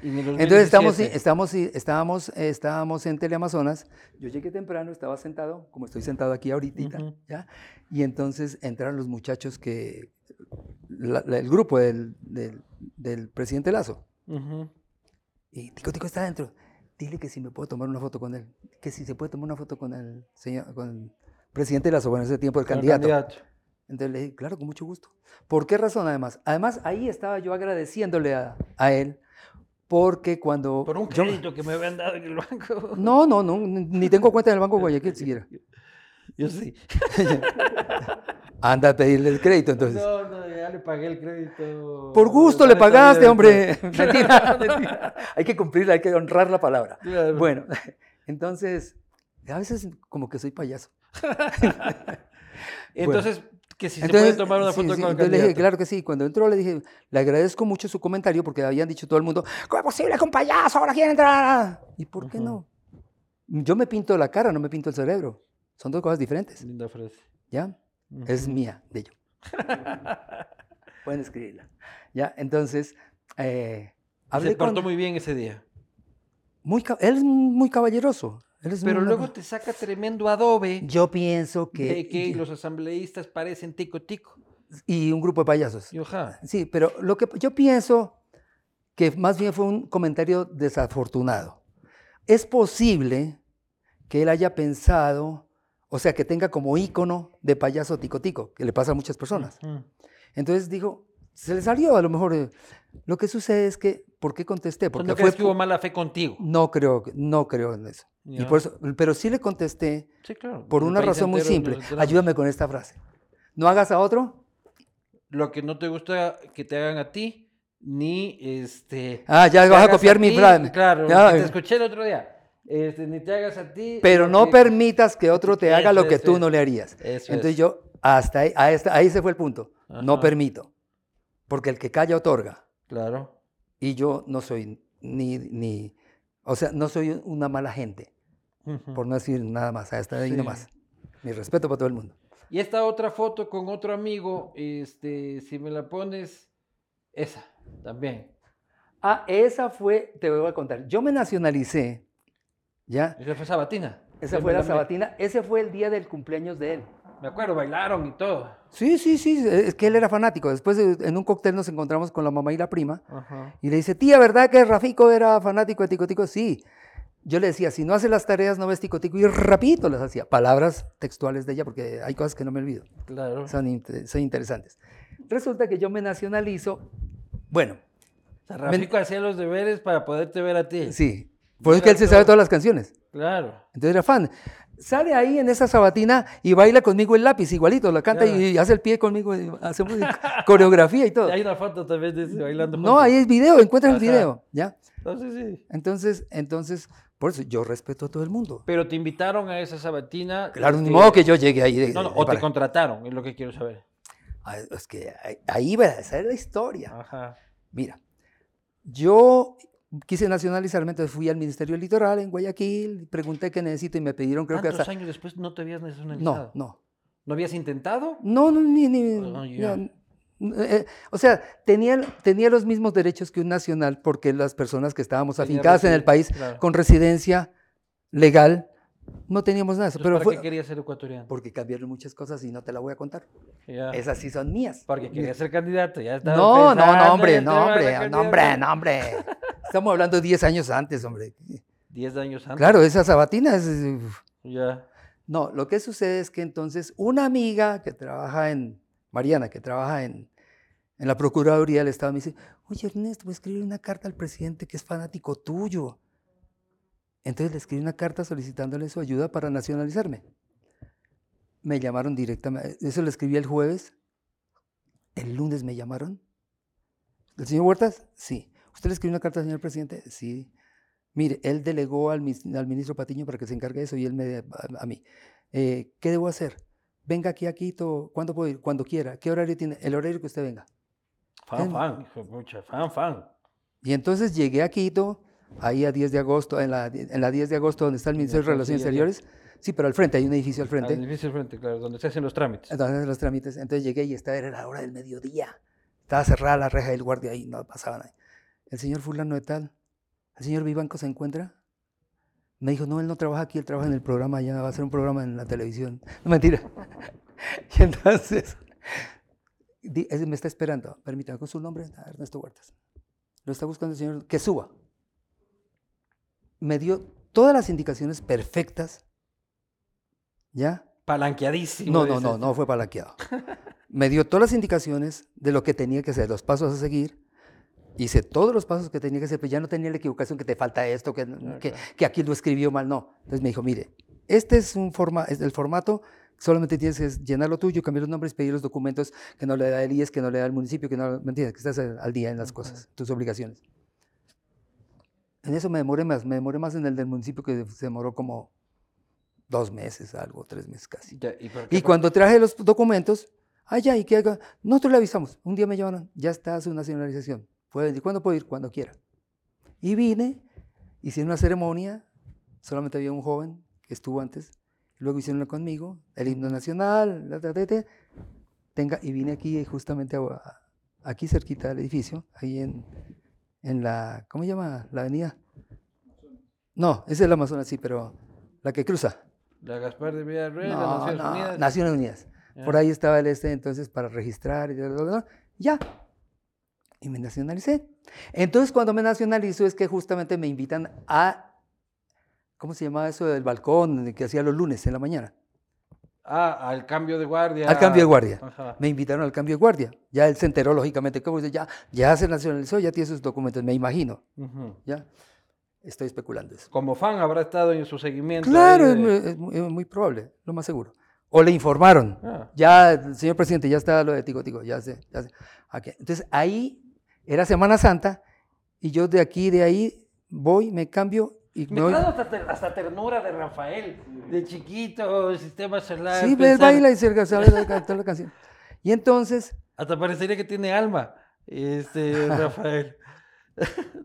en el Entonces estamos, 2017. estamos, estábamos, estábamos en Teleamazonas, yo llegué temprano, estaba sentado, como estoy sentado aquí ahorita, Ujú. ¿ya? y entonces entraron los muchachos que, la- la- el grupo del, del, del presidente Lazo, Ujú. y Tico Tico está adentro. Dile que si me puedo tomar una foto con él. Que si se puede tomar una foto con el señor, con el presidente de la Soberana en ese tiempo, el Con el candidato. Entonces le dije, claro, con mucho gusto. ¿Por qué razón además? Además, ahí estaba yo agradeciéndole a, a él Porque cuando. Por un yo- crédito que me habían dado en el banco. No, no, no, ni ni tengo cuenta en el Banco de Guayaquil siquiera. Yo sí. Anda a pedirle el crédito entonces. No, no, ya le pagué el crédito. Por gusto le Dale, dale, pagaste, dale. hombre. Mentira, mentira. Hay que cumplirla, hay que honrar la palabra. Claro. Bueno, entonces, a veces como que soy payaso. Entonces, que si se puede tomar una sí, foto sí, con el entonces le dije, candidato. claro que sí. Cuando entró le dije, le agradezco mucho su comentario porque habían dicho todo el mundo, ¿cómo es posible que un payaso ahora quiera entrar? ¿Y por qué Ujú. no? Yo me pinto la cara, no me pinto el cerebro. Son dos cosas diferentes, Linda frase. ¿ya? Es Ujú. mía, de yo. Pueden escribirla. ¿Ya? Entonces, eh, hablé Se portó con... muy bien ese día. muy ca- él es muy caballeroso. Él es Pero una- luego te saca tremendo adobe Yo pienso que... de que los asambleístas parecen tico tico. Y un grupo de payasos. Y ojalá. Sí, pero lo que yo pienso que más bien fue un comentario desafortunado. Es posible que él haya pensado, o sea, que tenga como ícono de payaso tico tico, que le pasa a muchas personas. Mm. Entonces dijo, se le salió a lo mejor. eh, Lo que sucede es que, ¿por qué contesté? Porque Porque no fue crees que hubo pu- mala fe contigo. no creo, que- no creo en eso. Y Ya. por eso- pero sí le contesté Sí, claro. por El una país razón muy entero simple. nos enteramos. Ayúdame con esta frase. No hagas a otro Lo que no te gusta que te hagan a ti, ni este. Ah, ya te vas a hagas copiar mi ti, frase. Claro, Ya. eh. lo que te escuché el otro día. Este, ni te hagas a ti. Pero lo no que- permitas que otro te haga Eso lo que es, tú es. no le harías. Eso Entonces es. yo, hasta ahí, a esta- ahí se fue el punto. No Ajá. permito. Porque el que calla otorga. Claro. Y yo no soy ni, ni o sea, no soy una mala gente, Ujú. por no decir nada más. Hasta ahí Sí. nomás. Mi respeto para todo el mundo. Y esta otra foto con otro amigo, este, si me la pones, esa también. Ah, esa fue, te voy a contar. Yo me nacionalicé, ¿ya? Esa fue Sabatina. Esa Sí, fue me la me- sabatina. Ese fue el día del cumpleaños de él. Me acuerdo, bailaron y todo. Sí, sí, sí. Es que él era fanático. Después eh, en un cóctel nos encontramos con la mamá y la prima. Ajá. Y le dice, tía, ¿verdad que Rafico era fanático de Tico Tico? Sí. Yo le decía, si no hace las tareas, no ves Tico Tico. Y rapidito las hacía. Palabras textuales de ella, porque hay cosas que no me olvido. Claro. Son, inte- son interesantes. Resulta que yo me nacionalizo. Bueno, O sea, Rafico hacía los deberes para poderte ver a ti. sí. Por eso es que él se sabe todas las canciones. Claro. Entonces era fan. Sale ahí en esa sabatina y baila conmigo el lápiz, igualito. La canta Claro. y hace el pie conmigo. y Hacemos coreografía y todo. Hay una foto también de ese bailando. No, juntos. ahí es video. Encuentras el Ajá. video. ¿Ya? No, sí, sí. Entonces, entonces, por eso yo respeto a todo el mundo. Pero te invitaron a esa Sabatina. Claro, ni este, modo que yo llegue ahí. de- No, no, de- o te para- contrataron, es lo que quiero saber. Ah, Es que ahí- ahí va a ser la historia. Ajá. Mira, yo quise nacionalizarme, entonces fui al Ministerio del Litoral en Guayaquil, pregunté qué necesito y me pidieron, creo que ¿Cuántos hasta. años después no te habías nacionalizado? No, no. ¿No habías intentado? No, no, ni. ni- Oh, ya. no, no, eh, o sea, tenía, tenía los mismos derechos que un nacional porque las personas que estábamos Tenía afincadas en el residen- país claro. con residencia legal no teníamos nada de eso. Entonces, Pero ¿Para fue qué querías ser ecuatoriano? porque cambiaron muchas cosas y no te la voy a contar. Ya. Esas sí son mías. Ah. Porque Mira. quería ser candidato, ya estaba No, no, pensando no, en hombre, el no, tema de la hombre, no, hombre, candidatura. no, hombre. Estamos hablando 10 años antes, hombre. Diez años antes. Claro, esa sabatina es... uf. Ya. No, lo que sucede es que entonces una amiga que trabaja en... Mariana, que trabaja en, en la Procuraduría del Estado, me dice, oye, Ernesto, voy a escribir una carta al presidente que es fanático tuyo. Entonces le escribí una carta solicitándole su ayuda para nacionalizarme. Me llamaron directamente, eso lo escribí el jueves. El lunes me llamaron. ¿El señor Huertas? Sí. ¿Usted le escribió una carta al señor presidente? Sí. Mire, él delegó al, mis- al ministro Patiño para que se encargue de eso y él me a, a mí. Eh, ¿Qué debo hacer? Venga aquí a Quito. ¿Cuándo puedo ir? Cuando quiera. ¿Qué horario tiene? El horario que usted venga. Fan, Eh, fan, hijo de pucha, fan, fan. Y entonces llegué a Quito, ahí a 10 de agosto, en la, en la 10 de agosto donde está el Ministerio de acuerdo, Relaciones sí, ya, ya. Exteriores. Sí, pero al frente, hay un edificio al Al frente. edificio del frente, claro, donde se hacen los trámites. Entonces los trámites. Entonces llegué y esta era la hora del mediodía. Estaba cerrada la reja del guardia ahí, no pasaba nada. El señor fulano de tal, el señor Vivanco se encuentra. Me dijo, no, él no trabaja aquí, él trabaja en el programa, ya va a hacer un programa en la televisión. No, mentira. Y entonces, di- él me está esperando. Permítame, con su nombre, Ah, Ernesto Huertas. Lo está buscando el señor, que suba. Me dio todas las indicaciones perfectas, ¿ya? Palanqueadísimo. No, no, dices. no, no fue palanqueado. Me dio todas las indicaciones de lo que tenía que hacer, los pasos a seguir. Hice todos los pasos que tenía que hacer, pero ya no tenía la equivocación que te falta esto, que, que, que aquí lo escribió mal, no. Entonces me dijo, mire, este es, un forma, es el formato, solamente tienes que llenar lo tuyo, cambiar los nombres, pedir los documentos que no le da el IES, que no le da el municipio, que no, ¿me entiendes? Que estás al día en las cosas, tus obligaciones. En eso me demoré más, me demoré más en el del municipio que se demoró como dos meses, algo, tres meses casi. Ya, ¿Y, por qué Y fue? cuando traje los documentos, ah, ya, ¿y qué haga? Nosotros le avisamos. Un día me llamaron, ya está su nacionalización. Puede venir. ¿Cuándo puedo ir? Cuando quiera. Y vine, hicieron una ceremonia, solamente había un joven que estuvo antes, luego hicieron una conmigo, el himno nacional, la, ta, ta, ta. Tenga, y vine aquí eh, justamente a- a- aquí cerquita del edificio, ahí en, en la, ¿cómo se llama? La avenida. No, esa es la Amazonas, sí, pero la que cruza. La Gaspar de Villarreal, No, las Naciones no, Unidas. Naciones Unidas. Por Ya. ahí estaba el este entonces para registrar y bla, bla, bla, ya. Y me nacionalicé. Entonces cuando me nacionalizo es que justamente me invitan a, ¿cómo se llamaba eso del balcón que hacía los lunes en la mañana? Ah, al cambio de guardia. Al cambio de guardia. Ajá. Me invitaron al cambio de guardia. Ya él se enteró lógicamente, ¿cómo dice? Ya, ya se nacionalizó, ya tiene sus documentos, me imagino. Ujú. Ya. Estoy especulando eso. Como fan habrá estado en su seguimiento. ahí Claro, de- es muy, es muy- es muy probable, lo más seguro. O le informaron. Ah, Ya, señor presidente, ya está lo de Tico Tico, ya sé, ya sé. Ok, Entonces ahí era Semana Santa y yo de aquí, de ahí, voy, me cambio y Me me voy. trae hasta, ter- hasta ternura de Rafael, de chiquito, el sistema solar. Sí, ve, pensar- baila y se sabe de cantar la canción. Y entonces, Hasta parecería que tiene alma, este Rafael.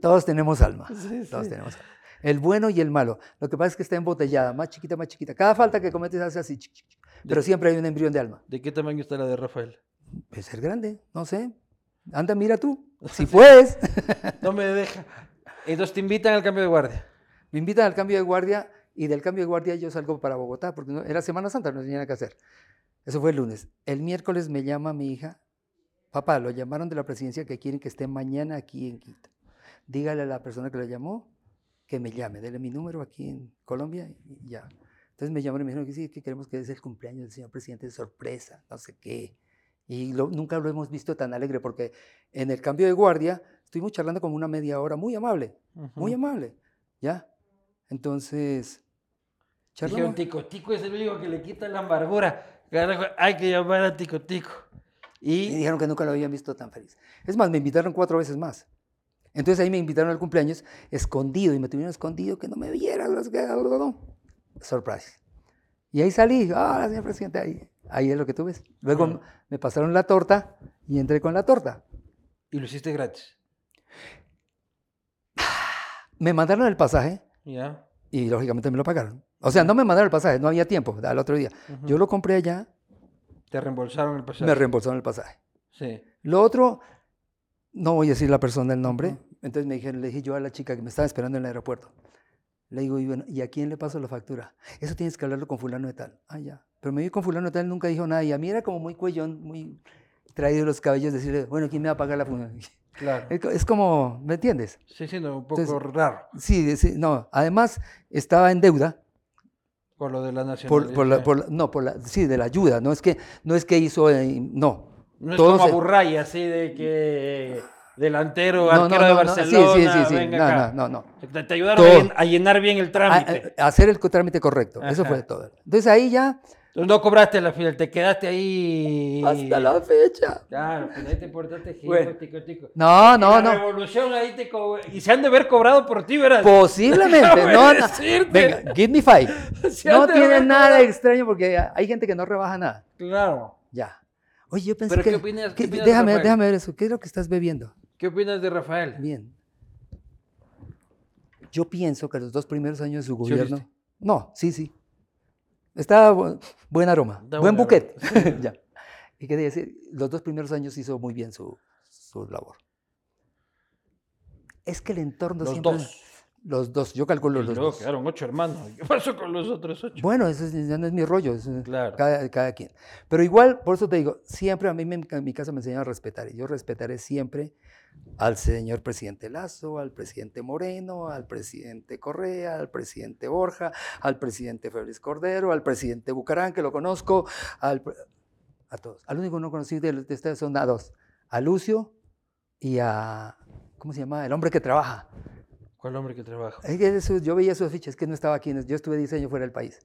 todos tenemos alma. Sí, Todos sí. tenemos alma. El bueno y el malo. Lo que pasa es que está embotellada, más chiquita, más chiquita. Cada falta que cometes hace así, chic, chic, chic. pero siempre hay un embrión de alma. ¿De qué tamaño está la de Rafael? Puede ser grande, no sé. Anda, mira tú, si puedes. No me deja. Entonces te invitan al cambio de guardia. Me invitan al cambio de guardia y del cambio de guardia yo salgo para Bogotá porque no- era Semana Santa, no tenía nada que hacer. Eso fue el lunes. El miércoles me llama mi hija, papá, lo llamaron de la presidencia que quieren que esté mañana aquí en Quito. Dígale a la persona que lo llamó que me llame, dele mi número aquí en Colombia y ya. Entonces me llamaron y me dijeron que sí, que queremos que es el cumpleaños del señor presidente de sorpresa, no sé qué. Y lo- nunca lo hemos visto tan alegre porque en el cambio de guardia estuvimos charlando como una media hora, muy amable, muy amable, ¿ya? Entonces, Dijeron, charlamos. Tico Tico es el único que le quita la amargura. Carajo, hay que llamar a Tico Tico. Y Y dijeron que nunca lo habían visto tan feliz. Es más, me invitaron cuatro veces más. Entonces ahí me invitaron al cumpleaños escondido y me tuvieron escondido que no me vieran. las- Surprise. Y ahí salí, ah, señor presidente, ahí, ahí es lo que tú ves. Luego Ujú. me pasaron la torta y entré con la torta. Y lo hiciste gratis. Me mandaron el pasaje Ya. y lógicamente me lo pagaron. O sea, no me mandaron el pasaje, no había tiempo, al otro día. Ujú. Yo lo compré allá, Te reembolsaron el pasaje. me reembolsaron el pasaje. Sí. Lo otro, no voy a decir la persona el nombre. Entonces me dijeron, le dije yo a la chica que me estaba esperando en el aeropuerto. Le digo, y bueno, ¿y a quién le paso la factura? Eso tienes que hablarlo con fulano de tal. Ah, ya. Pero me vi con fulano de tal, nunca dijo nada. Y a mí era como muy cuellón, muy traído de los cabellos, decirle, bueno, ¿quién me va a pagar la factura? Claro. Es co- Es como, ¿me entiendes? Sí, sí, no, un poco Entonces- raro. Sí, de- sí, no. Además, estaba en deuda. Por lo de la nacionalidad. Por, por la, sí. por la- no, por la, sí, de la ayuda. No es que, no es que hizo, eh, no. No es Todo como se- Aburray, así de que eh, delantero, e- no, arquero no, de no, no, sí, sí, Barcelona, sí, sí, venga no, acá. no, no, no. Te, te ayudaron a Todo. Ah, eh, llen- a llenar bien el a- trámite. a- hacer el co- trámite correcto. Eso fue Ajá. todo. Entonces ahí ya, Entonces no cobraste la final, te quedaste ahí. hasta la fecha. Claro, pues ahí te portaste hijo, Bueno. tico, tico. No, En no, la no. revolución ahí te co- Y se han de haber cobrado por ti, ¿verdad? Posiblemente. Déjame No, no. decirte. Venga, give me five. Se han No de tiene haber nada cobrado. de extraño porque hay gente que no rebaja nada. Claro. Ya. Oye, yo pensé Pero, que. ¿qué opinas- que- qué opinas de déjame, Rafael? déjame ver eso. ¿Qué es lo que estás bebiendo? ¿Qué opinas de Rafael? Bien. Yo pienso que los dos primeros años de su ¿Sí oliste? gobierno. No, sí, sí. Está bu- buen aroma, Da buen buen buquet. ya. Y quería decir, los dos primeros años hizo muy bien su, su labor. Es que el entorno Los siempre. dos. Los dos, yo Y calculo los luego dos. quedaron ocho hermanos. ¿Qué pasó con los otros ocho? Bueno, eso es- ya no es mi rollo, eso es eh, Claro. cada, cada quien. Pero igual, por eso te digo, siempre a mí me- en mi casa me enseñaron a respetar y yo respetaré siempre al señor presidente Lazo, al presidente Moreno, al presidente Correa, al presidente Borja, al presidente Febres Cordero, al presidente Bucarán, que lo conozco, al pre- a todos. Al único que no conocí de, los- de ustedes son a dos, a Lucio y a ¿cómo se llama? El hombre que trabaja. ¿Cuál hombre que trabaja? Es que eso- yo veía sus afiches, que no estaba aquí, yo estuve diseño fuera del país.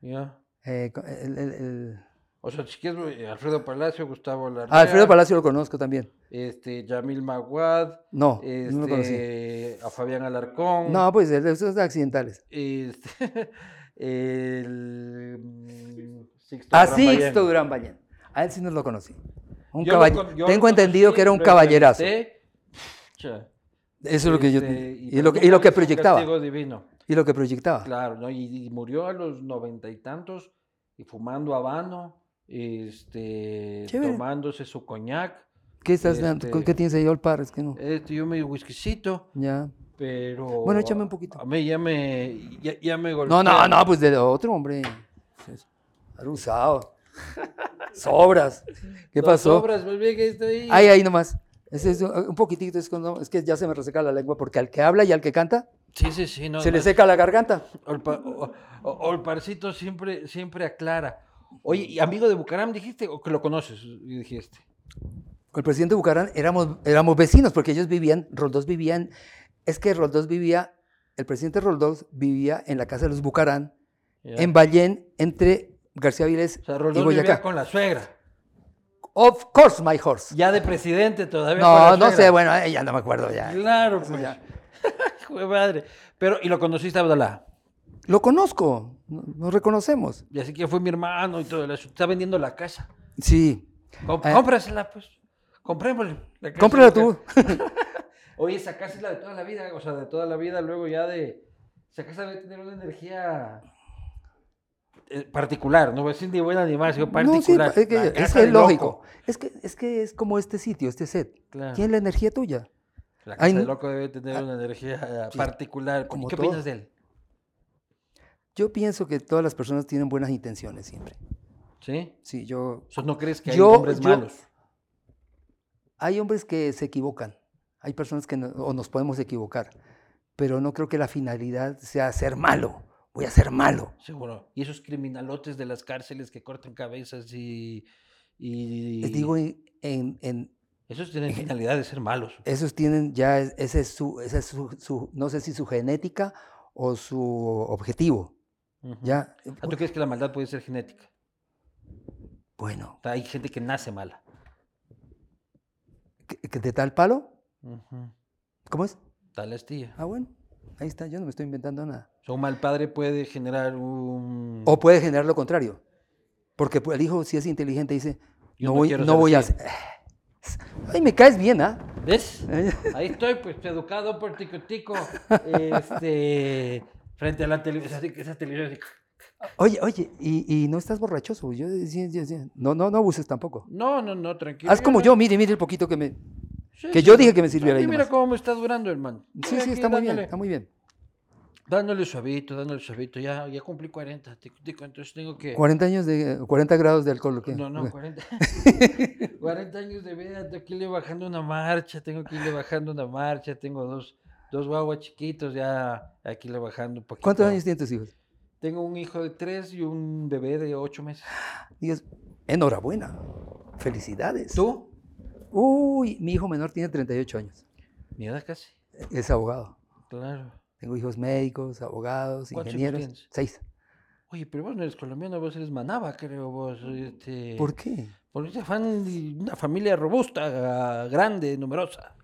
Ya. Eh, co- el- el- el- O sea, si quieres, eh, Alfredo Palacio, Gustavo Larrea. Ah, Alfredo Palacio lo conozco también. Este, Yamil Maguad. No, no lo conocí. Este, a Fabián Alarcón. No, pues el de esos accidentales. Este, el. mm, Sixto A Gran Ah, Sixto Ballén. Durán Ballén. A él sí no lo conocí. Un Yo lo caball- con- yo Tengo lo entendido conocí, que era un lo caballerazo. Eso entrevisté. Cha. es lo que yo. Este, Y lo que, también y lo que es un proyectaba. castigo divino. Y lo que proyectaba. Claro, ¿no? Y, y murió a los noventa y tantos y fumando habano, este, Chévere. tomándose su coñac, ¿Qué estás dando? ¿Con este- qué tienes ahí, Olpar? Es que no. este, yo medio whiskycito, Ya. pero... Bueno, échame un poquito. A mí ya me, ya, ya me golpeó. No, no, no, pues de otro, hombre. Abusado. Sobras. ¿Qué pasó? Sobras, más bien que estoy... Ahí, ahí nomás. Es, es un un poquitito, es, cuando- es que ya se me reseca la lengua, porque al que habla y al que canta, Sí, sí, sí. No, se le no, seca la garganta. Olpa- o- o- Olparcito siempre, siempre aclara. Oye, ¿y amigo de Bucaram dijiste o que lo conoces? este. Y dijiste. Con el presidente Bucarán éramos, éramos vecinos, porque ellos vivían, Roldós vivían, es que Roldós vivía, el presidente Roldós vivía en la casa de los Bucarán, Ya. en Ballén, entre García Vilés o sea, y Roldós Boyacá. vivía con la suegra. Of course, my horse. Ya de presidente todavía. con no, la no suegra. sé, bueno, eh, ya no me acuerdo ya. Claro, pues. ya. Hijo de madre. Pero, y lo conociste a Abdalá. Lo conozco, no- nos reconocemos. Y así que fue mi hermano y todo. el asunto. Está vendiendo la casa. Sí, Com- Ah. Cómprasela, pues. Comprémosle. la casa, cómprala porque- tú. Oye, esa casa es la de toda la vida. O sea, de toda la vida, luego ya de. Esa casa debe tener una energía eh, particular. No voy a decir ni buena ni mala, sino particular. No, sí, es La que es, casa que es del lógico. loco. Es que, es que es como este sitio, este set. Claro. Tiene la energía tuya. La Ay, casa del no. loco debe tener una energía eh, Sí, particular. como ¿Y qué todo. opinas de él? Yo pienso que todas las personas tienen buenas intenciones siempre. ¿Sí? Sí, yo. O sea, ¿No crees que hay Yo- hombres yo- malos? Hay hombres que se equivocan. Hay personas que no- o nos podemos equivocar. Pero no creo que la finalidad sea ser malo. Voy a ser malo. Seguro. Y esos criminalotes de las cárceles que cortan cabezas y. y Les digo, eh, en- en- en- Esos tienen finalidad de ser malos. esos tienen ya, es- ese es, su, ese es su- su- no sé si su genética o su objetivo. Ujú. Ya, pues Ah, ¿Tú crees que la maldad puede ser genética? bueno, O sea, hay gente que nace mala. ¿que- que ¿de tal palo? ¿Cómo es? Tal astilla. Ah, bueno, ahí está, yo no me estoy inventando nada. O sea, un mal padre puede generar un. O puede generar lo contrario. Porque pu- el hijo, si es inteligente, dice, Yo no no voy, quiero no ser voy a... así". ser- Ay, me caes bien, ¿ah? ¿Ves? Ahí estoy, pues, educado por ticotico. Este. Frente a la televisión. así que Esas televisiones. así. Oye, oye, y, y no estás borrachoso. Yo decía, yo decía, no, no, no abuses tampoco. No, no, no, tranquilo. Haz como no- yo, mire, mire el poquito que me... Sí, que sí, yo no. dije que me sirviera Aquí ahí Mira nomás. cómo me está durando, hermano. Sí, Estoy sí, aquí está muy bien, dándole. está muy bien. Dándole suavito, dándole suavito. Ya, ya cumplí 40, te digo, entonces tengo que... 40 años de... 40 grados de alcohol, ¿o qué? No, no, 40. 40 años de vida, tengo que irle bajando una marcha, tengo que irle bajando una marcha, tengo dos, dos guaguas chiquitos, ya aquí le bajando un poquito. ¿Cuántos años tienen tus hijos? Tengo un hijo de tres y un bebé de ocho meses. Digas, enhorabuena. Felicidades. ¿Tú? Uy, mi hijo menor tiene 38 años. Mi edad casi, Es abogado. claro. Tengo hijos médicos, abogados, ¿Cuántos hijos ingenieros. tienes? Seis. Oye, pero vos no eres colombiano, vos eres manaba, creo, vos. Este, ¿Por qué? Porque te fan de una familia robusta, grande, numerosa.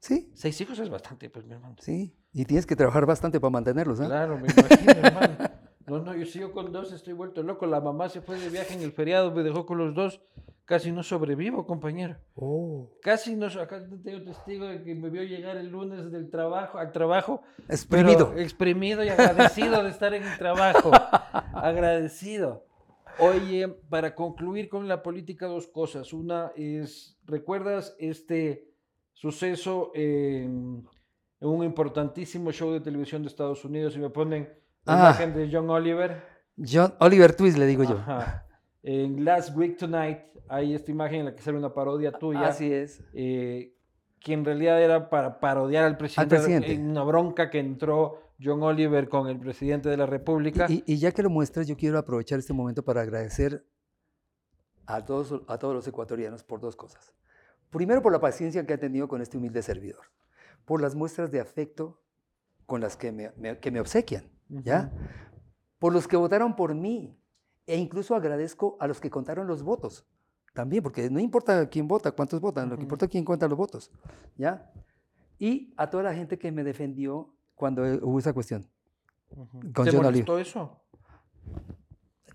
Sí, Seis hijos es bastante, pues, mi hermano. sí. Y tienes que trabajar bastante para mantenerlos, ¿ah? Claro, me imagino, hermano. No, no, yo si yo con dos estoy vuelto loco. La mamá se fue de viaje en el feriado, me dejó con los dos. Casi no sobrevivo, compañero. Oh. Casi no, so- acá tengo testigo de que me vio llegar el lunes del trabajo, al trabajo. pero eh, Exprimido. exprimido y agradecido de estar en el trabajo. agradecido. Oye, para concluir con la política, dos cosas. Una es, ¿recuerdas este suceso en, en un importantísimo show de televisión de Estados Unidos? Y me ponen la Ah. imagen de John Oliver. John Oliver Twist, le digo yo. Ajá. En Last Week Tonight hay esta imagen en la que sale una parodia Ah, tuya Así es. eh, que en realidad era para parodiar al presidente, presidente. en una bronca que entró John Oliver con el presidente de la República. Y, y- y ya que lo muestras, yo quiero aprovechar este momento para agradecer a todos, a todos los ecuatorianos por dos cosas. Primero por la paciencia que ha tenido con este humilde servidor, por las muestras de afecto con las que me, me- que me obsequian, ¿ya? Por los que votaron por mí, e incluso agradezco a los que contaron los votos, también, porque no importa quién vota, cuántos votan, lo que Ujú. importa es quién cuenta los votos, ¿ya? Y a toda la gente que me defendió cuando eh, hubo esa cuestión. Ujú. Con ¿Te John Olive. molestó eso?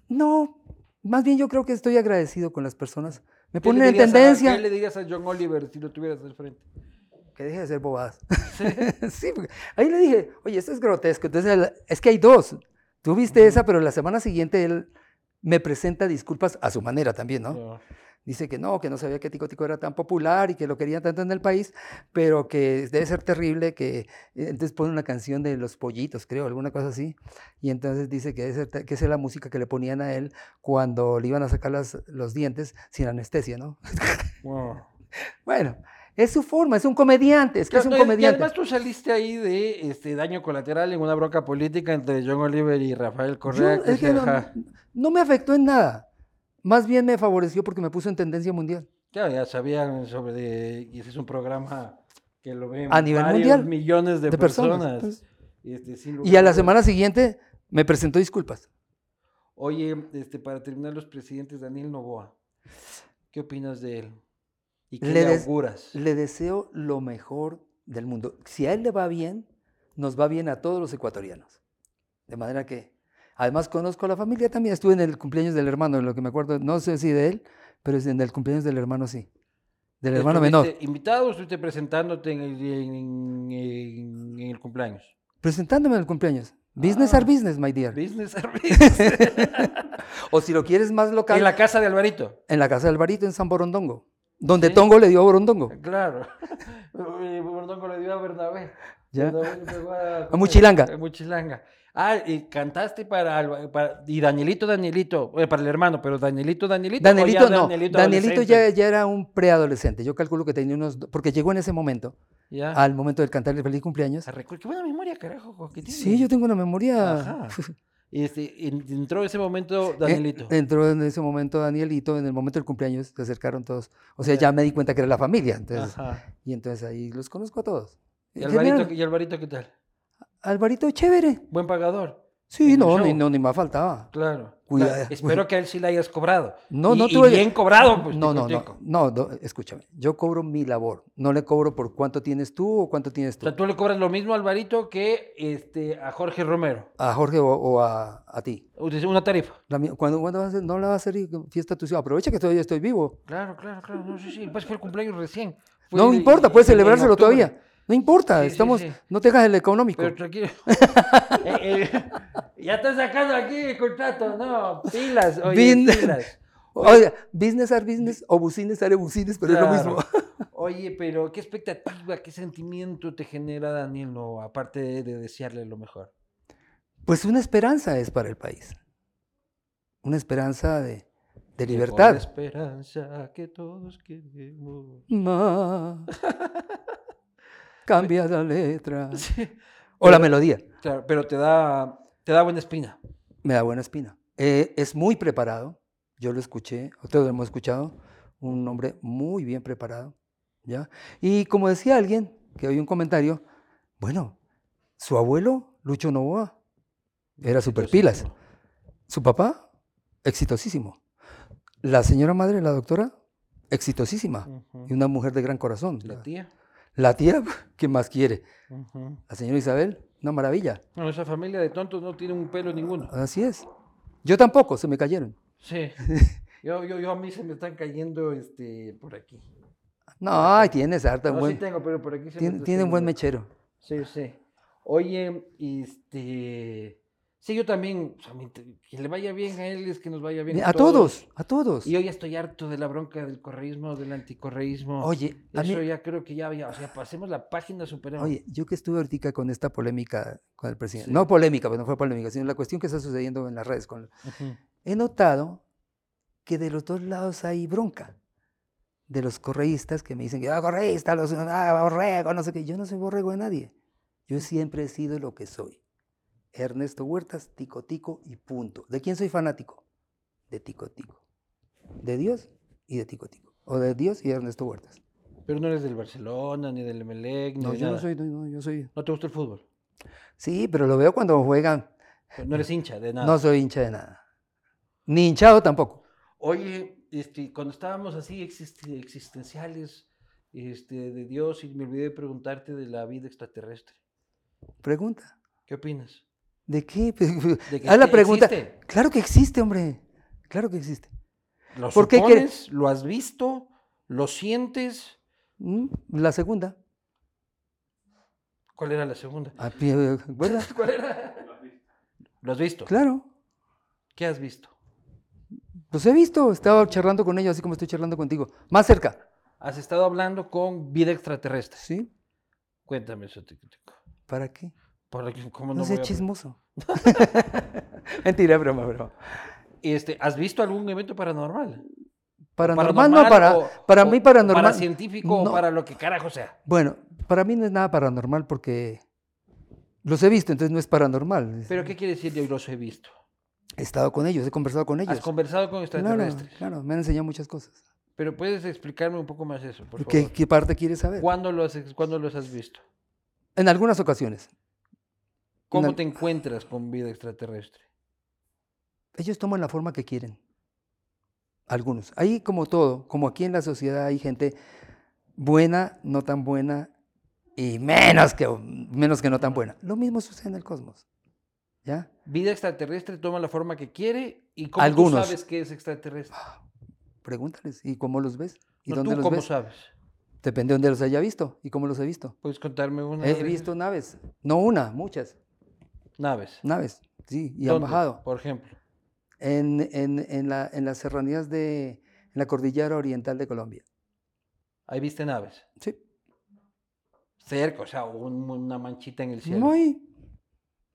No, más bien yo creo que estoy agradecido con las personas. Me ¿Qué le ponen en dirías a- tendencia. ¿Qué le dirías a John Oliver si lo tuvieras al frente? que deje de hacer bobadas. sí, porque ahí le dije, oye, esto es grotesco. Entonces, él- es que hay dos. Tú viste esa, pero la semana siguiente él me presenta disculpas a su manera también, ¿no? Ya. Dice que no, que no sabía que Tico Tico era tan popular y que lo querían tanto en el país, pero que debe ser terrible que... eh, Entonces pone una canción de Los Pollitos, creo, alguna cosa así. Y entonces dice que, debe ser te- que esa es la música que le ponían a él cuando le iban a sacar las- los dientes sin anestesia, ¿no? Wow. bueno, es su forma, es un comediante, es que es Claro, un no, y- Y comediante. además tú saliste ahí de este daño colateral en una bronca política entre John Oliver y Rafael Correa. Yo- que es se- que no, ajá. no me afectó en nada. Más bien me favoreció porque me puso en tendencia mundial. Claro, ya sabían sobre. de- y ese es un programa que lo ven A nivel varios mundial, millones de, de personas, personas. pues. Este, sin Y a lugar la dudas. semana siguiente me presentó disculpas. Oye, este, para terminar, los presidentes Daniel Novoa. ¿Qué opinas de él? ¿Y qué le, Le des- auguras? Le deseo lo mejor del mundo. Si a él le va bien, nos va bien a todos los ecuatorianos. De manera que, además conozco a la familia también. Estuve en el cumpleaños del hermano, en lo que me acuerdo, no sé si de él, pero es en el cumpleaños del hermano sí. Del hermano menor. ¿Estuviste Invitado o estuviste presentándote en el, en- en- en el cumpleaños? Presentándome en el cumpleaños. Business Ah. are business, my dear. Business Service. O si lo quieres más local. en la casa de Alvarito. En la casa del Barito, en San Borondongo. Donde Sí. Tongo le dio a Borondongo. Claro. Eh, Bordonco le dio a Bernabé. Ya. Bernabé le pegó a, A Muchilanga. a Muchilanga. Ah, y cantaste para, Alba- para- y Danielito, Danielito, eh, para el hermano, pero Danielito, eh, Danielito. o ya Danielito no. Danielito, ya, adolescente? ya era un preadolescente. Yo calculo que tenía unos. do- Porque llegó en ese momento, Ya. al momento del cantarle feliz cumpleaños. Se recu- Qué buena memoria, carajo. que tiene. Sí, yo tengo una memoria. Ajá. Este, en- entró ese momento Danielito. Eh, entró en ese momento Danielito, en el momento del cumpleaños se acercaron todos. O sea, Ya. ya me di cuenta que era la familia. Entonces, Ajá. y entonces ahí los conozco a todos. ¿Y En Alvarito, general, qué- ¿Y Alvarito qué tal? Alvarito, chévere. Buen pagador. Sí, en el no, ni, show. no, ni más faltaba. Claro. Cuida- eh, Claro, Espero que a él sí le hayas cobrado. No, y, no y tuve- bien cobrado, pues. No, no, no, tico, tico. no, no, escúchame. Yo cobro mi labor. No le cobro por cuánto tienes tú o cuánto tienes O tú. sea, tú le cobras lo mismo a Alvarito que este, a Jorge Romero. A Jorge o, o a, a ti. O sea, Una tarifa. La mía- cuando, cuando vas a hacer- no la vas a hacer y- fiesta tu ciudad. Aprovecha que todavía estoy vivo. Claro, claro, claro. No, sí, sí. Pues fue el cumpleaños recién. Fue No en- importa, puedes en- en celebrárselo octubre. todavía. No importa, Sí, sí, estamos, sí. no te hagas el económico. Pero tranquilo. Eh, eh, ya estás sacando aquí el contrato. No, pilas. Oye, Bin- pilas. Oye, business are business o business are business, pero es lo Claro. mismo. Oye, pero ¿qué expectativa, qué sentimiento te genera Daniel Novoa, aparte de, de desearle lo mejor? Pues una esperanza es para el país. Una esperanza de, de Llegó la libertad. esperanza que todos queremos. Ma, cambia la letra. Sí. O la melodía. Claro, pero te da, te da buena espina. Me da buena espina. Eh, es muy preparado. Yo lo escuché, ustedes lo hemos escuchado. Un hombre muy bien preparado. ¿ya? Y como decía alguien, que oí un comentario, bueno, su abuelo, Lucho Novoa, era super pilas. Exitosísimo. Su papá, exitosísimo. La señora madre, la doctora, exitosísima. Ujú. Y una mujer de gran corazón. Mm. La ¿ya? tía. La tía, ¿qué más quiere? Ujú. La señora Isabel, una maravilla. No, esa familia de tontos no tiene un pelo ninguno. Así es. Yo tampoco, se me cayeron. Sí. Yo, yo, yo a mí se me están cayendo este, por aquí. No, ay, tienes harta. No, buen- sí tengo, pero por aquí se me tiene, está tiene un buen haciendo- mechero. Sí, sí. Oye, este. Sí, yo también. o sea, mi- que le vaya bien a él es que nos vaya bien A todos, a todos. Y hoy estoy harto de la bronca del correísmo, del anticorreísmo. Oye, a mí- Eso ya creo que ya, ya, o sea, pasemos la página, superemos. oye, yo que estuve ahorita con esta polémica con el presidente. Sí. No polémica, pues no fue polémica, sino la cuestión que está sucediendo en las redes. Con... Ujú. He notado que de los dos lados hay bronca. De los correístas que me dicen que ah, correísta, los ah, borrego, no sé qué. Yo no soy borrego de nadie. Yo siempre he sido lo que soy. Ernesto Huertas, Tico Tico y punto. ¿De quién soy fanático? De Tico Tico. De Dios y de Tico Tico. O de Dios y de Ernesto Huertas. Pero no eres del Barcelona, ni del Emelec, ni No, de yo no nada. soy, no, no, yo soy. ¿No te gusta el fútbol. Sí, pero lo veo cuando juegan. Pero No eres hincha de nada. No soy hincha de nada. Ni hinchado tampoco. Oye, este, cuando estábamos así existe- existenciales este, de Dios y me olvidé de preguntarte de la vida extraterrestre. Pregunta. ¿Qué opinas? ¿De qué? ¿De que Haz Ah, la sí pregunta. existe? Claro que existe, hombre. Claro que existe. ¿Lo ¿Por qué quieres- supones? ¿Lo has visto? ¿Lo sientes? Mm, La segunda. ¿Cuál era la segunda? Ah, pi- ¿verdad? ¿Cuál era? ¿Lo has visto? Claro. ¿Qué has visto? Los he visto. Estaba charlando con ellos, así como estoy charlando contigo. Más cerca. ¿Has estado hablando con vida extraterrestre? ¿Sí? Cuéntame eso, Tico Tico. ¿Para qué? Para que- ¿cómo No, no sé, voy a- chismoso. Mentira, broma, broma. Este, ¿Has visto algún evento paranormal? Paranormal, no, para, o- para o mí paranormal. Para científico no. o para lo que carajo sea. Bueno, para mí no es nada paranormal porque los he visto, entonces no es paranormal. ¿Pero qué quiere decir yo los he visto? He estado con ellos, he conversado con ellos. Has conversado con Claro, Ah, extraterrestres. claro, me han enseñado muchas cosas. Pero puedes explicarme un poco más eso, por ¿Qué, favor. qué parte quieres saber? ¿Cuándo los, ex- ¿Cuándo los has visto? En algunas ocasiones. ¿Cómo al- te encuentras con vida extraterrestre? Ellos toman la forma que quieren. Algunos. Ahí como todo, como aquí en la sociedad hay gente buena, no tan buena y menos que, menos que no tan buena. Lo mismo sucede en el cosmos. ¿Ya? Vida extraterrestre toma la forma que quiere y cómo tú Algunos. sabes que es extraterrestre. Pregúntales, ¿y cómo los ves? ¿Y No, dónde ¿Tú los cómo ves? sabes? Ah, Depende de dónde los haya visto y cómo los he visto. ¿Puedes contarme una? He de- visto naves, no una, muchas naves. naves, sí, y han ¿Dónde, bajado. Por ejemplo. En, en, en, la, en las serranías de en la cordillera oriental de Colombia. Ahí viste naves. Sí, Cerca, o sea, un- una manchita en el cielo. muy.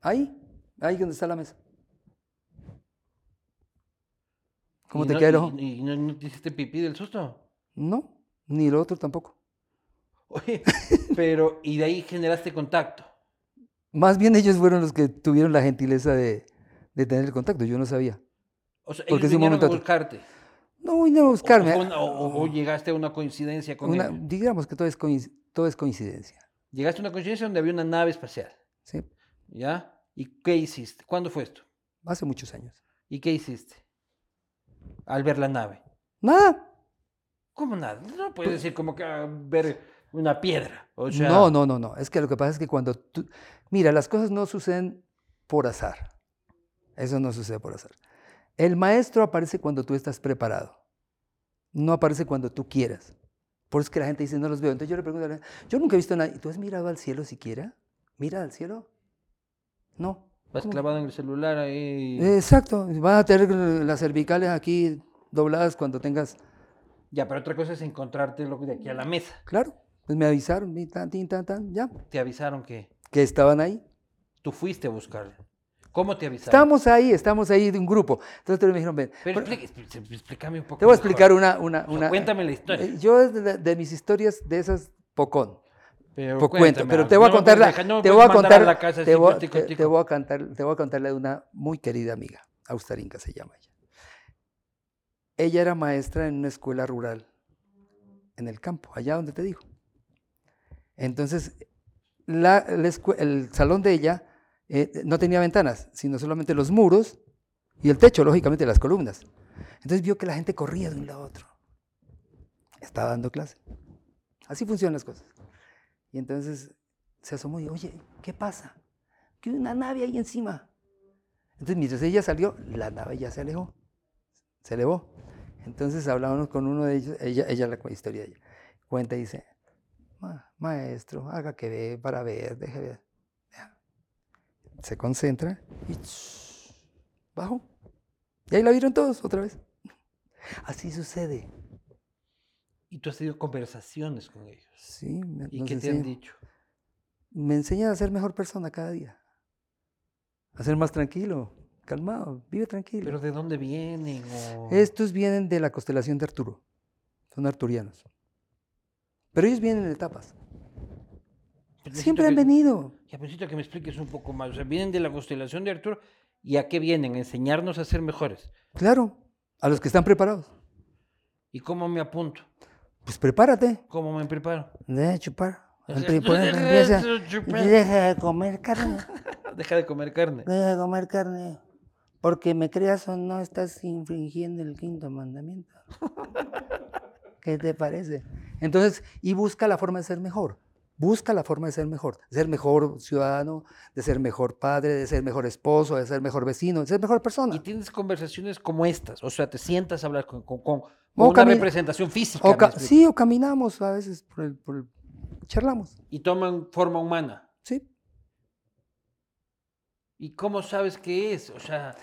Ahí, ahí donde está la mesa. ¿Cómo ¿Y te no- queda el y- ojo? ¿Y, no, no te hiciste pipí del susto? No, ni lo otro tampoco. Oye, pero, y de ahí generaste contacto. Más bien ellos fueron los que tuvieron la gentileza de, de tener el contacto, yo no sabía. O sea, Porque ellos es un vinieron a momento- buscarte. No vine a O- buscarme. O, una- o- o llegaste a una coincidencia con ah, una- ellos. digamos que todo es, coinc- todo es coincidencia. Llegaste a una coincidencia donde había una nave espacial, ¿sí? ¿ya? ¿Y qué hiciste? ¿Cuándo fue esto? Hace muchos años. ¿Y qué hiciste? Al ver la nave. Nada. ¿Cómo nada? No puedes decir como que a ver una piedra. O sea, Pues no, no, no, no. Es que lo que pasa es que cuando tú... Mira, las cosas no suceden por azar. Eso no sucede por azar. El maestro aparece cuando tú estás preparado. No aparece cuando tú quieras. Por eso es que la gente dice, no los veo. Entonces yo le pregunto a la gente, yo nunca he visto a nadie. ¿Tú has mirado al cielo siquiera? ¿Mira al cielo? No. Vas ¿Cómo? Eh. clavado en el celular ahí. Exacto. Vas a tener eh, las cervicales aquí dobladas cuando tengas... Ya, pero otra cosa es encontrarte lo- de aquí a la mesa. Claro. Pues me avisaron, mi tan, tin, tan, tan, ya. Te avisaron que Que estaban ahí. tú fuiste a buscarlo. ¿Cómo te avisaron? Estamos ahí, estamos ahí de un grupo. Entonces me dijeron, ven, Pero por- explí- expl- expl- explícame un poco. te voy a mejor. explicar una... una, O sea, una- cuéntame la historia. eh, Yo de, de mis historias de esas, pocón. pero Poco cuento, cuéntame Pues, pero algo. te voy a No me contar la, puedes dejar- no me te puedes voy a mandar contar, la casa te así, voy, a- tico, te- te tico. voy a cantar, te voy a contarle de una muy querida amiga, Austarinca se llama ella. Ella era maestra en una escuela rural, en el campo, allá donde te digo. Entonces, la- la escue- el salón de ella eh, no tenía ventanas, sino solamente los muros y el techo, lógicamente, las columnas. Entonces vio que la gente corría de un lado a otro. Estaba dando clase. Así funcionan las cosas. Y entonces se asomó y dijo, oye, ¿qué pasa? Que hay una nave ahí encima. Entonces, mientras ella salió, la nave ya se alejó. Se elevó. Entonces hablábamos con uno de ellos, ella, ella la cu- historia de ella. Cuenta y dice, "Ma- maestro, haga que ve para ver, deje ver. Ya. Se concentra y tss, bajó. Y ahí la vieron todos otra vez. Así sucede. Y tú has tenido conversaciones con ellos. Sí, me- ¿Y nos qué te han enseña. dicho? me enseña a ser mejor persona cada día. A ser más tranquilo, calmado, ¿Pero vive tranquilo. de dónde vienen? o- Estos vienen de la constelación de Arturo. Son arturianos. Pero ellos vienen en etapas. Pues necesito Siempre han que- venido. Ya pues, necesito que me expliques un poco más. O sea, vienen de la constelación de Arturo. ¿Y a qué vienen? A enseñarnos a ser mejores. Claro, a los que están preparados. ¿Y cómo me apunto? Pues prepárate. ¿Cómo me preparo? Deja de chupar. Empe- pon- empieza- Deja de comer carne. Deja de comer carne. Deja de comer carne. Porque me creas o no, estás infringiendo el quinto mandamiento. ¿Qué te parece? Entonces, y busca la forma de ser mejor. Busca la forma de ser mejor. De ser mejor ciudadano, de ser mejor padre, de ser mejor esposo, de ser mejor vecino, de ser mejor persona. Y tienes conversaciones como estas. O sea, te sientas a hablar con, con, con- con O una cami- representación física. O me ca- explico. sí, o caminamos a veces, por el- por el- charlamos. Y toman forma humana. Sí. ¿Y cómo sabes qué es? O sea,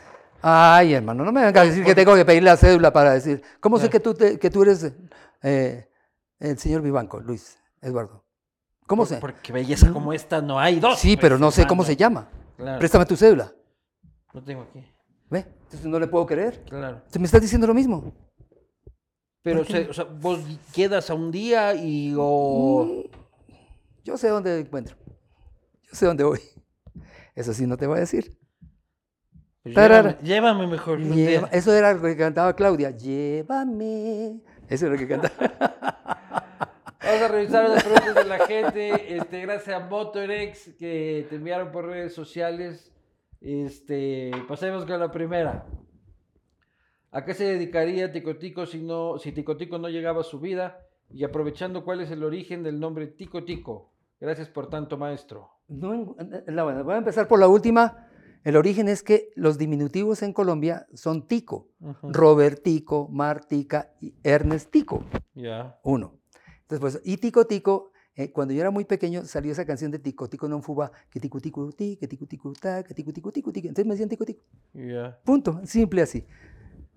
Ay, hermano, no me vengas a decir que tengo que pedir la cédula para decir. ¿Cómo sé Claro. que tú, te- que tú eres eh, el señor Vivanco, Luis, Eduardo? ¿Cómo por- sé? porque belleza como esta no hay dos. Sí, pero no sé cómo se llama. Préstame tu cédula. No tengo aquí. ¿Ve? Entonces no le puedo creer. Claro. Te me estás diciendo lo mismo. Pero, se- o sea, vos quedas a un día y o... Mm. Yo sé dónde encuentro. Yo sé dónde voy. Eso sí, no te voy a decir. Pues Tarara. Llévame, llévame mejor. un día. Lleva- Eso era lo que cantaba Claudia. Llévame. Eso era lo que cantaba. Vamos a revisar las preguntas de la gente. Este, gracias a Motorex que te enviaron por redes sociales. Este, pasemos con la primera. ¿A qué se dedicaría Ticotico si, no, si Ticotico no llegaba a su vida? Y aprovechando cuál es el origen del nombre Ticotico. Gracias por tanto, maestro. No en- en- la- bueno, voy a empezar por la última. El origen es que los diminutivos en Colombia son Tico. Robertico, Martica y Ernestico. Ya. Uno. Entonces, pues, y Tico Tico, eh, cuando yo era muy pequeño salió esa canción de Tico Tico non fuba, que tico tico ti, que tico tico ta, que tico tico tico tico. Entonces me decían Tico Tico. Ya. Punto. Simple así.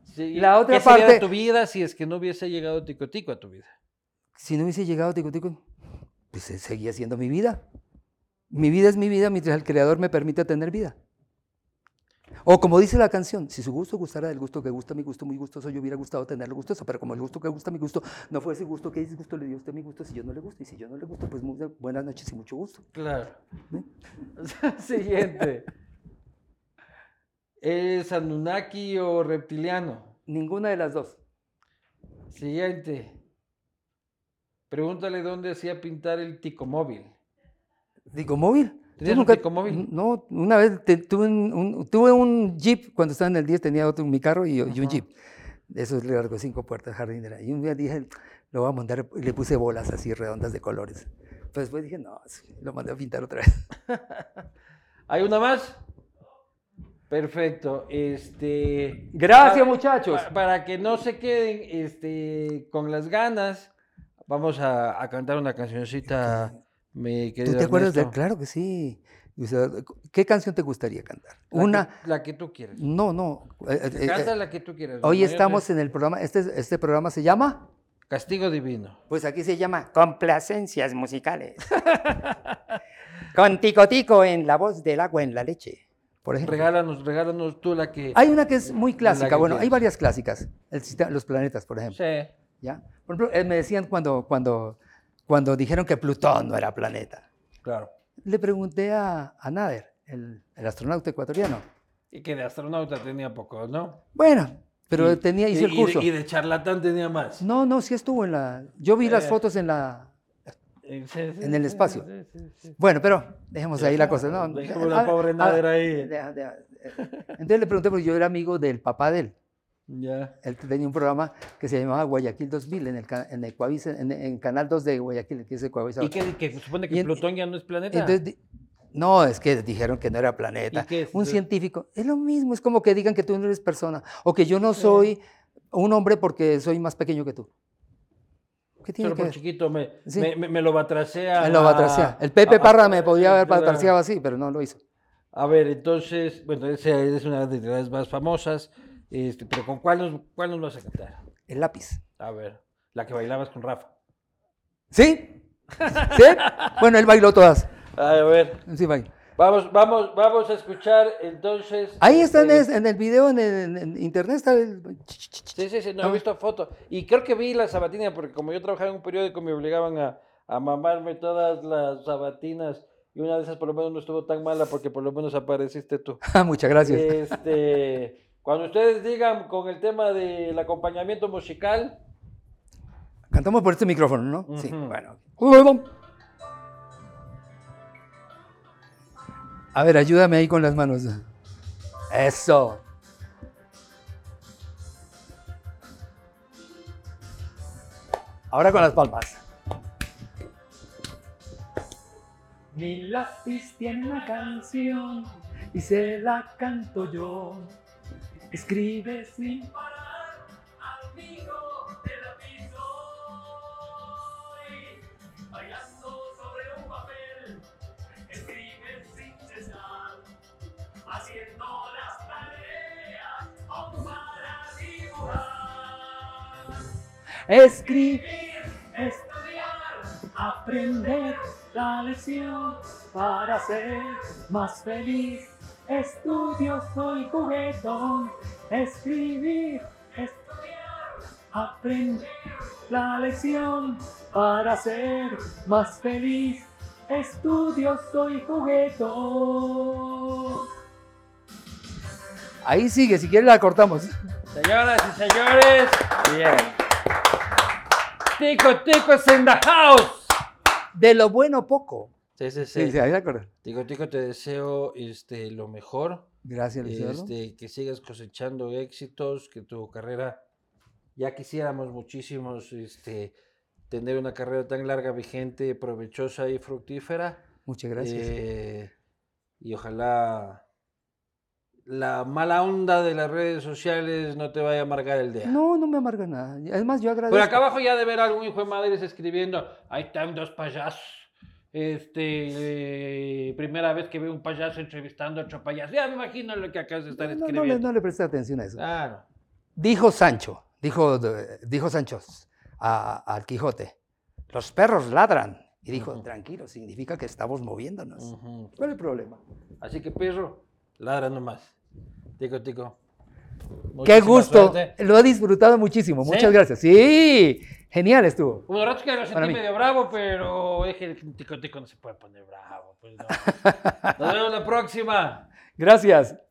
Sí, La otra ¿qué sería de parte- tu vida si es que no hubiese llegado Ticotico a tu vida? Si no hubiese llegado Tico Tico, pues eh, seguía siendo mi vida. Mi vida es mi vida mientras el creador me permite tener vida. O como dice la canción, si su gusto gustara del gusto que gusta mi gusto, muy gustoso, yo hubiera gustado tenerlo gustoso, pero como el gusto que gusta mi gusto no fue ese gusto que disgusto le dio a usted mi gusto, si yo no le gusto, y si yo no le gusto, pues muy buenas noches y mucho gusto. Claro. Siguiente. ¿Es Anunnaki o reptiliano? Ninguna de las dos. Siguiente. Pregúntale dónde hacía pintar el ticomóvil. Digo, móvil. Yo ¿Tenías un Picomóvil? No, una vez te- tuve, un, un- tuve un jeep, cuando estaba en el 10 tenía otro, mi carro y, y un Ajá. jeep. De esos largos, cinco puertas, jardinera. Y un día dije, lo voy a mandar, y le puse bolas así redondas de colores. Pero después dije, no, sí, lo mandé a pintar otra vez. ¿Hay una más? Perfecto. Este. Gracias, para- muchachos. pa- Para que no se queden este, con las ganas, vamos a, a cantar una cancioncita, mi ¿Tú querido. te acuerdas de? Ernesto. Claro que sí. Luis Eduardo, ¿Qué canción te gustaría cantar? La que- Una. la que tú quieras. No, no. eh, eh, eh, Canta la que tú quieras. hoy Manuel, estamos en el programa. Este, este programa se llama. Castigo divino. Pues aquí se llama Complacencias musicales. Con Tico Tico en la voz del agua en la leche. Por ejemplo. Regálanos, regálanos tú la que. Hay una que es muy que clásica. Bueno, hay quieras. varias clásicas. El sistema- los planetas, por ejemplo. Sí. ¿ya? Por ejemplo, eh, me decían cuando, cuando, cuando dijeron que Plutón no era planeta. Claro. Le pregunté a, a Nader, el, el astronauta ecuatoriano. Y que de astronauta tenía poco, ¿no? Bueno, pero Y- tenía, y- hizo el y de- curso. Y de, charlatán tenía más. No, no, sí estuvo en la... Yo vi las Eh. fotos en la... Eh, sí, sí, En el sí, espacio. sí, sí, sí. Bueno, pero dejemos ahí la cosa. No, Dejemos A la ver, a pobre ver, Nader ahí. Deja, deja, eh, Entonces le pregunté, porque yo era amigo del papá de él. Ya. Él tenía un programa que se llamaba Guayaquil 2000 en el, ca- en Ecuavisa- en, en Canal 2 de Guayaquil, que es Ecuavisa Y ahora. que, que supone Y que en- Plutón ya no es planeta. Entonces, di- no, es que dijeron que no era planeta. ¿Y qué es, un entonces? científico, es lo mismo, es como que digan que tú no eres persona o que yo no soy un hombre porque soy más pequeño que tú. ¿Qué tiene Solo que por ver? chiquito me, Sí. me, me- me lo batracea. Él lo a- batracea. El Pepe a- Parra me podría haber Ah, claro. batraceado así, pero no lo hizo. A ver, entonces, bueno, esa es una de las más famosas. Este, pero ¿con cuál nos, cuál nos vas a cantar? El lápiz. A ver, la que bailabas con Rafa. ¿Sí? ¿Sí? Bueno, él bailó todas. A ver. Sí, bailó. Vamos, vamos, vamos a escuchar entonces. Ahí está en, este, es- en el video, en, el- en internet está el... Sí, sí, sí, Ah. no he visto fotos. Y creo que vi la sabatina, porque como yo trabajaba en un periódico, me obligaban a, a mamarme todas las sabatinas. Y una de esas por lo menos no estuvo tan mala, porque por lo menos apareciste tú. Ah, Muchas gracias. Este, cuando ustedes digan con el tema del acompañamiento musical, Cantamos por este micrófono, ¿no? Sí, Ujú. bueno. A ver, ayúdame ahí con las manos. Eso. Ahora con las palmas. Mi lápiz tiene una canción y se la canto yo. Escribe sin Escribir, estudiar, aprender la lección para ser más feliz. Estudio, soy juguetón. Escribir, estudiar, aprender la lección para ser más feliz. Estudio, soy juguetón. Ahí sigue, si quieres la cortamos. Señoras y señores. Bien. Tico, tico es in the house. De lo bueno poco. Sí, sí, Sí, sí. sí, ahí la corta. Tico, tico, te deseo este, lo mejor. Gracias, Luis Eduardo. Este, que sigas cosechando éxitos, que tu carrera, ya quisiéramos muchísimos este, tener una carrera tan larga, vigente, provechosa y fructífera. Muchas gracias. Eh, y ojalá la mala onda de las redes sociales no te vaya a amargar el día. No, no me amarga nada. Además, yo agradezco. Por acá abajo ya de ver algún hijo de madres escribiendo, ahí están dos payasos. Este, eh, primera vez que veo un payaso entrevistando a otro payaso. Ya me imagino lo que acabas de estar No, no, no, escribiendo. le, no le presté atención a eso. Claro. Dijo Sancho, dijo, de- dijo Sancho a- al Quijote, los perros ladran. Y dijo, Ujú. tranquilo, significa que estamos moviéndonos. Ujú. ¿Cuál es el problema? Así que perro, ladra nomás. Tico, tico. Qué Muchísima gusto. suerte. Lo he disfrutado muchísimo. ¿Sí? Muchas gracias. Sí, genial estuvo. Bueno, rato que lo Para sentí mí. medio bravo, pero es que el tico, tico no se puede poner bravo. Pues no. Nos vemos la próxima. Gracias.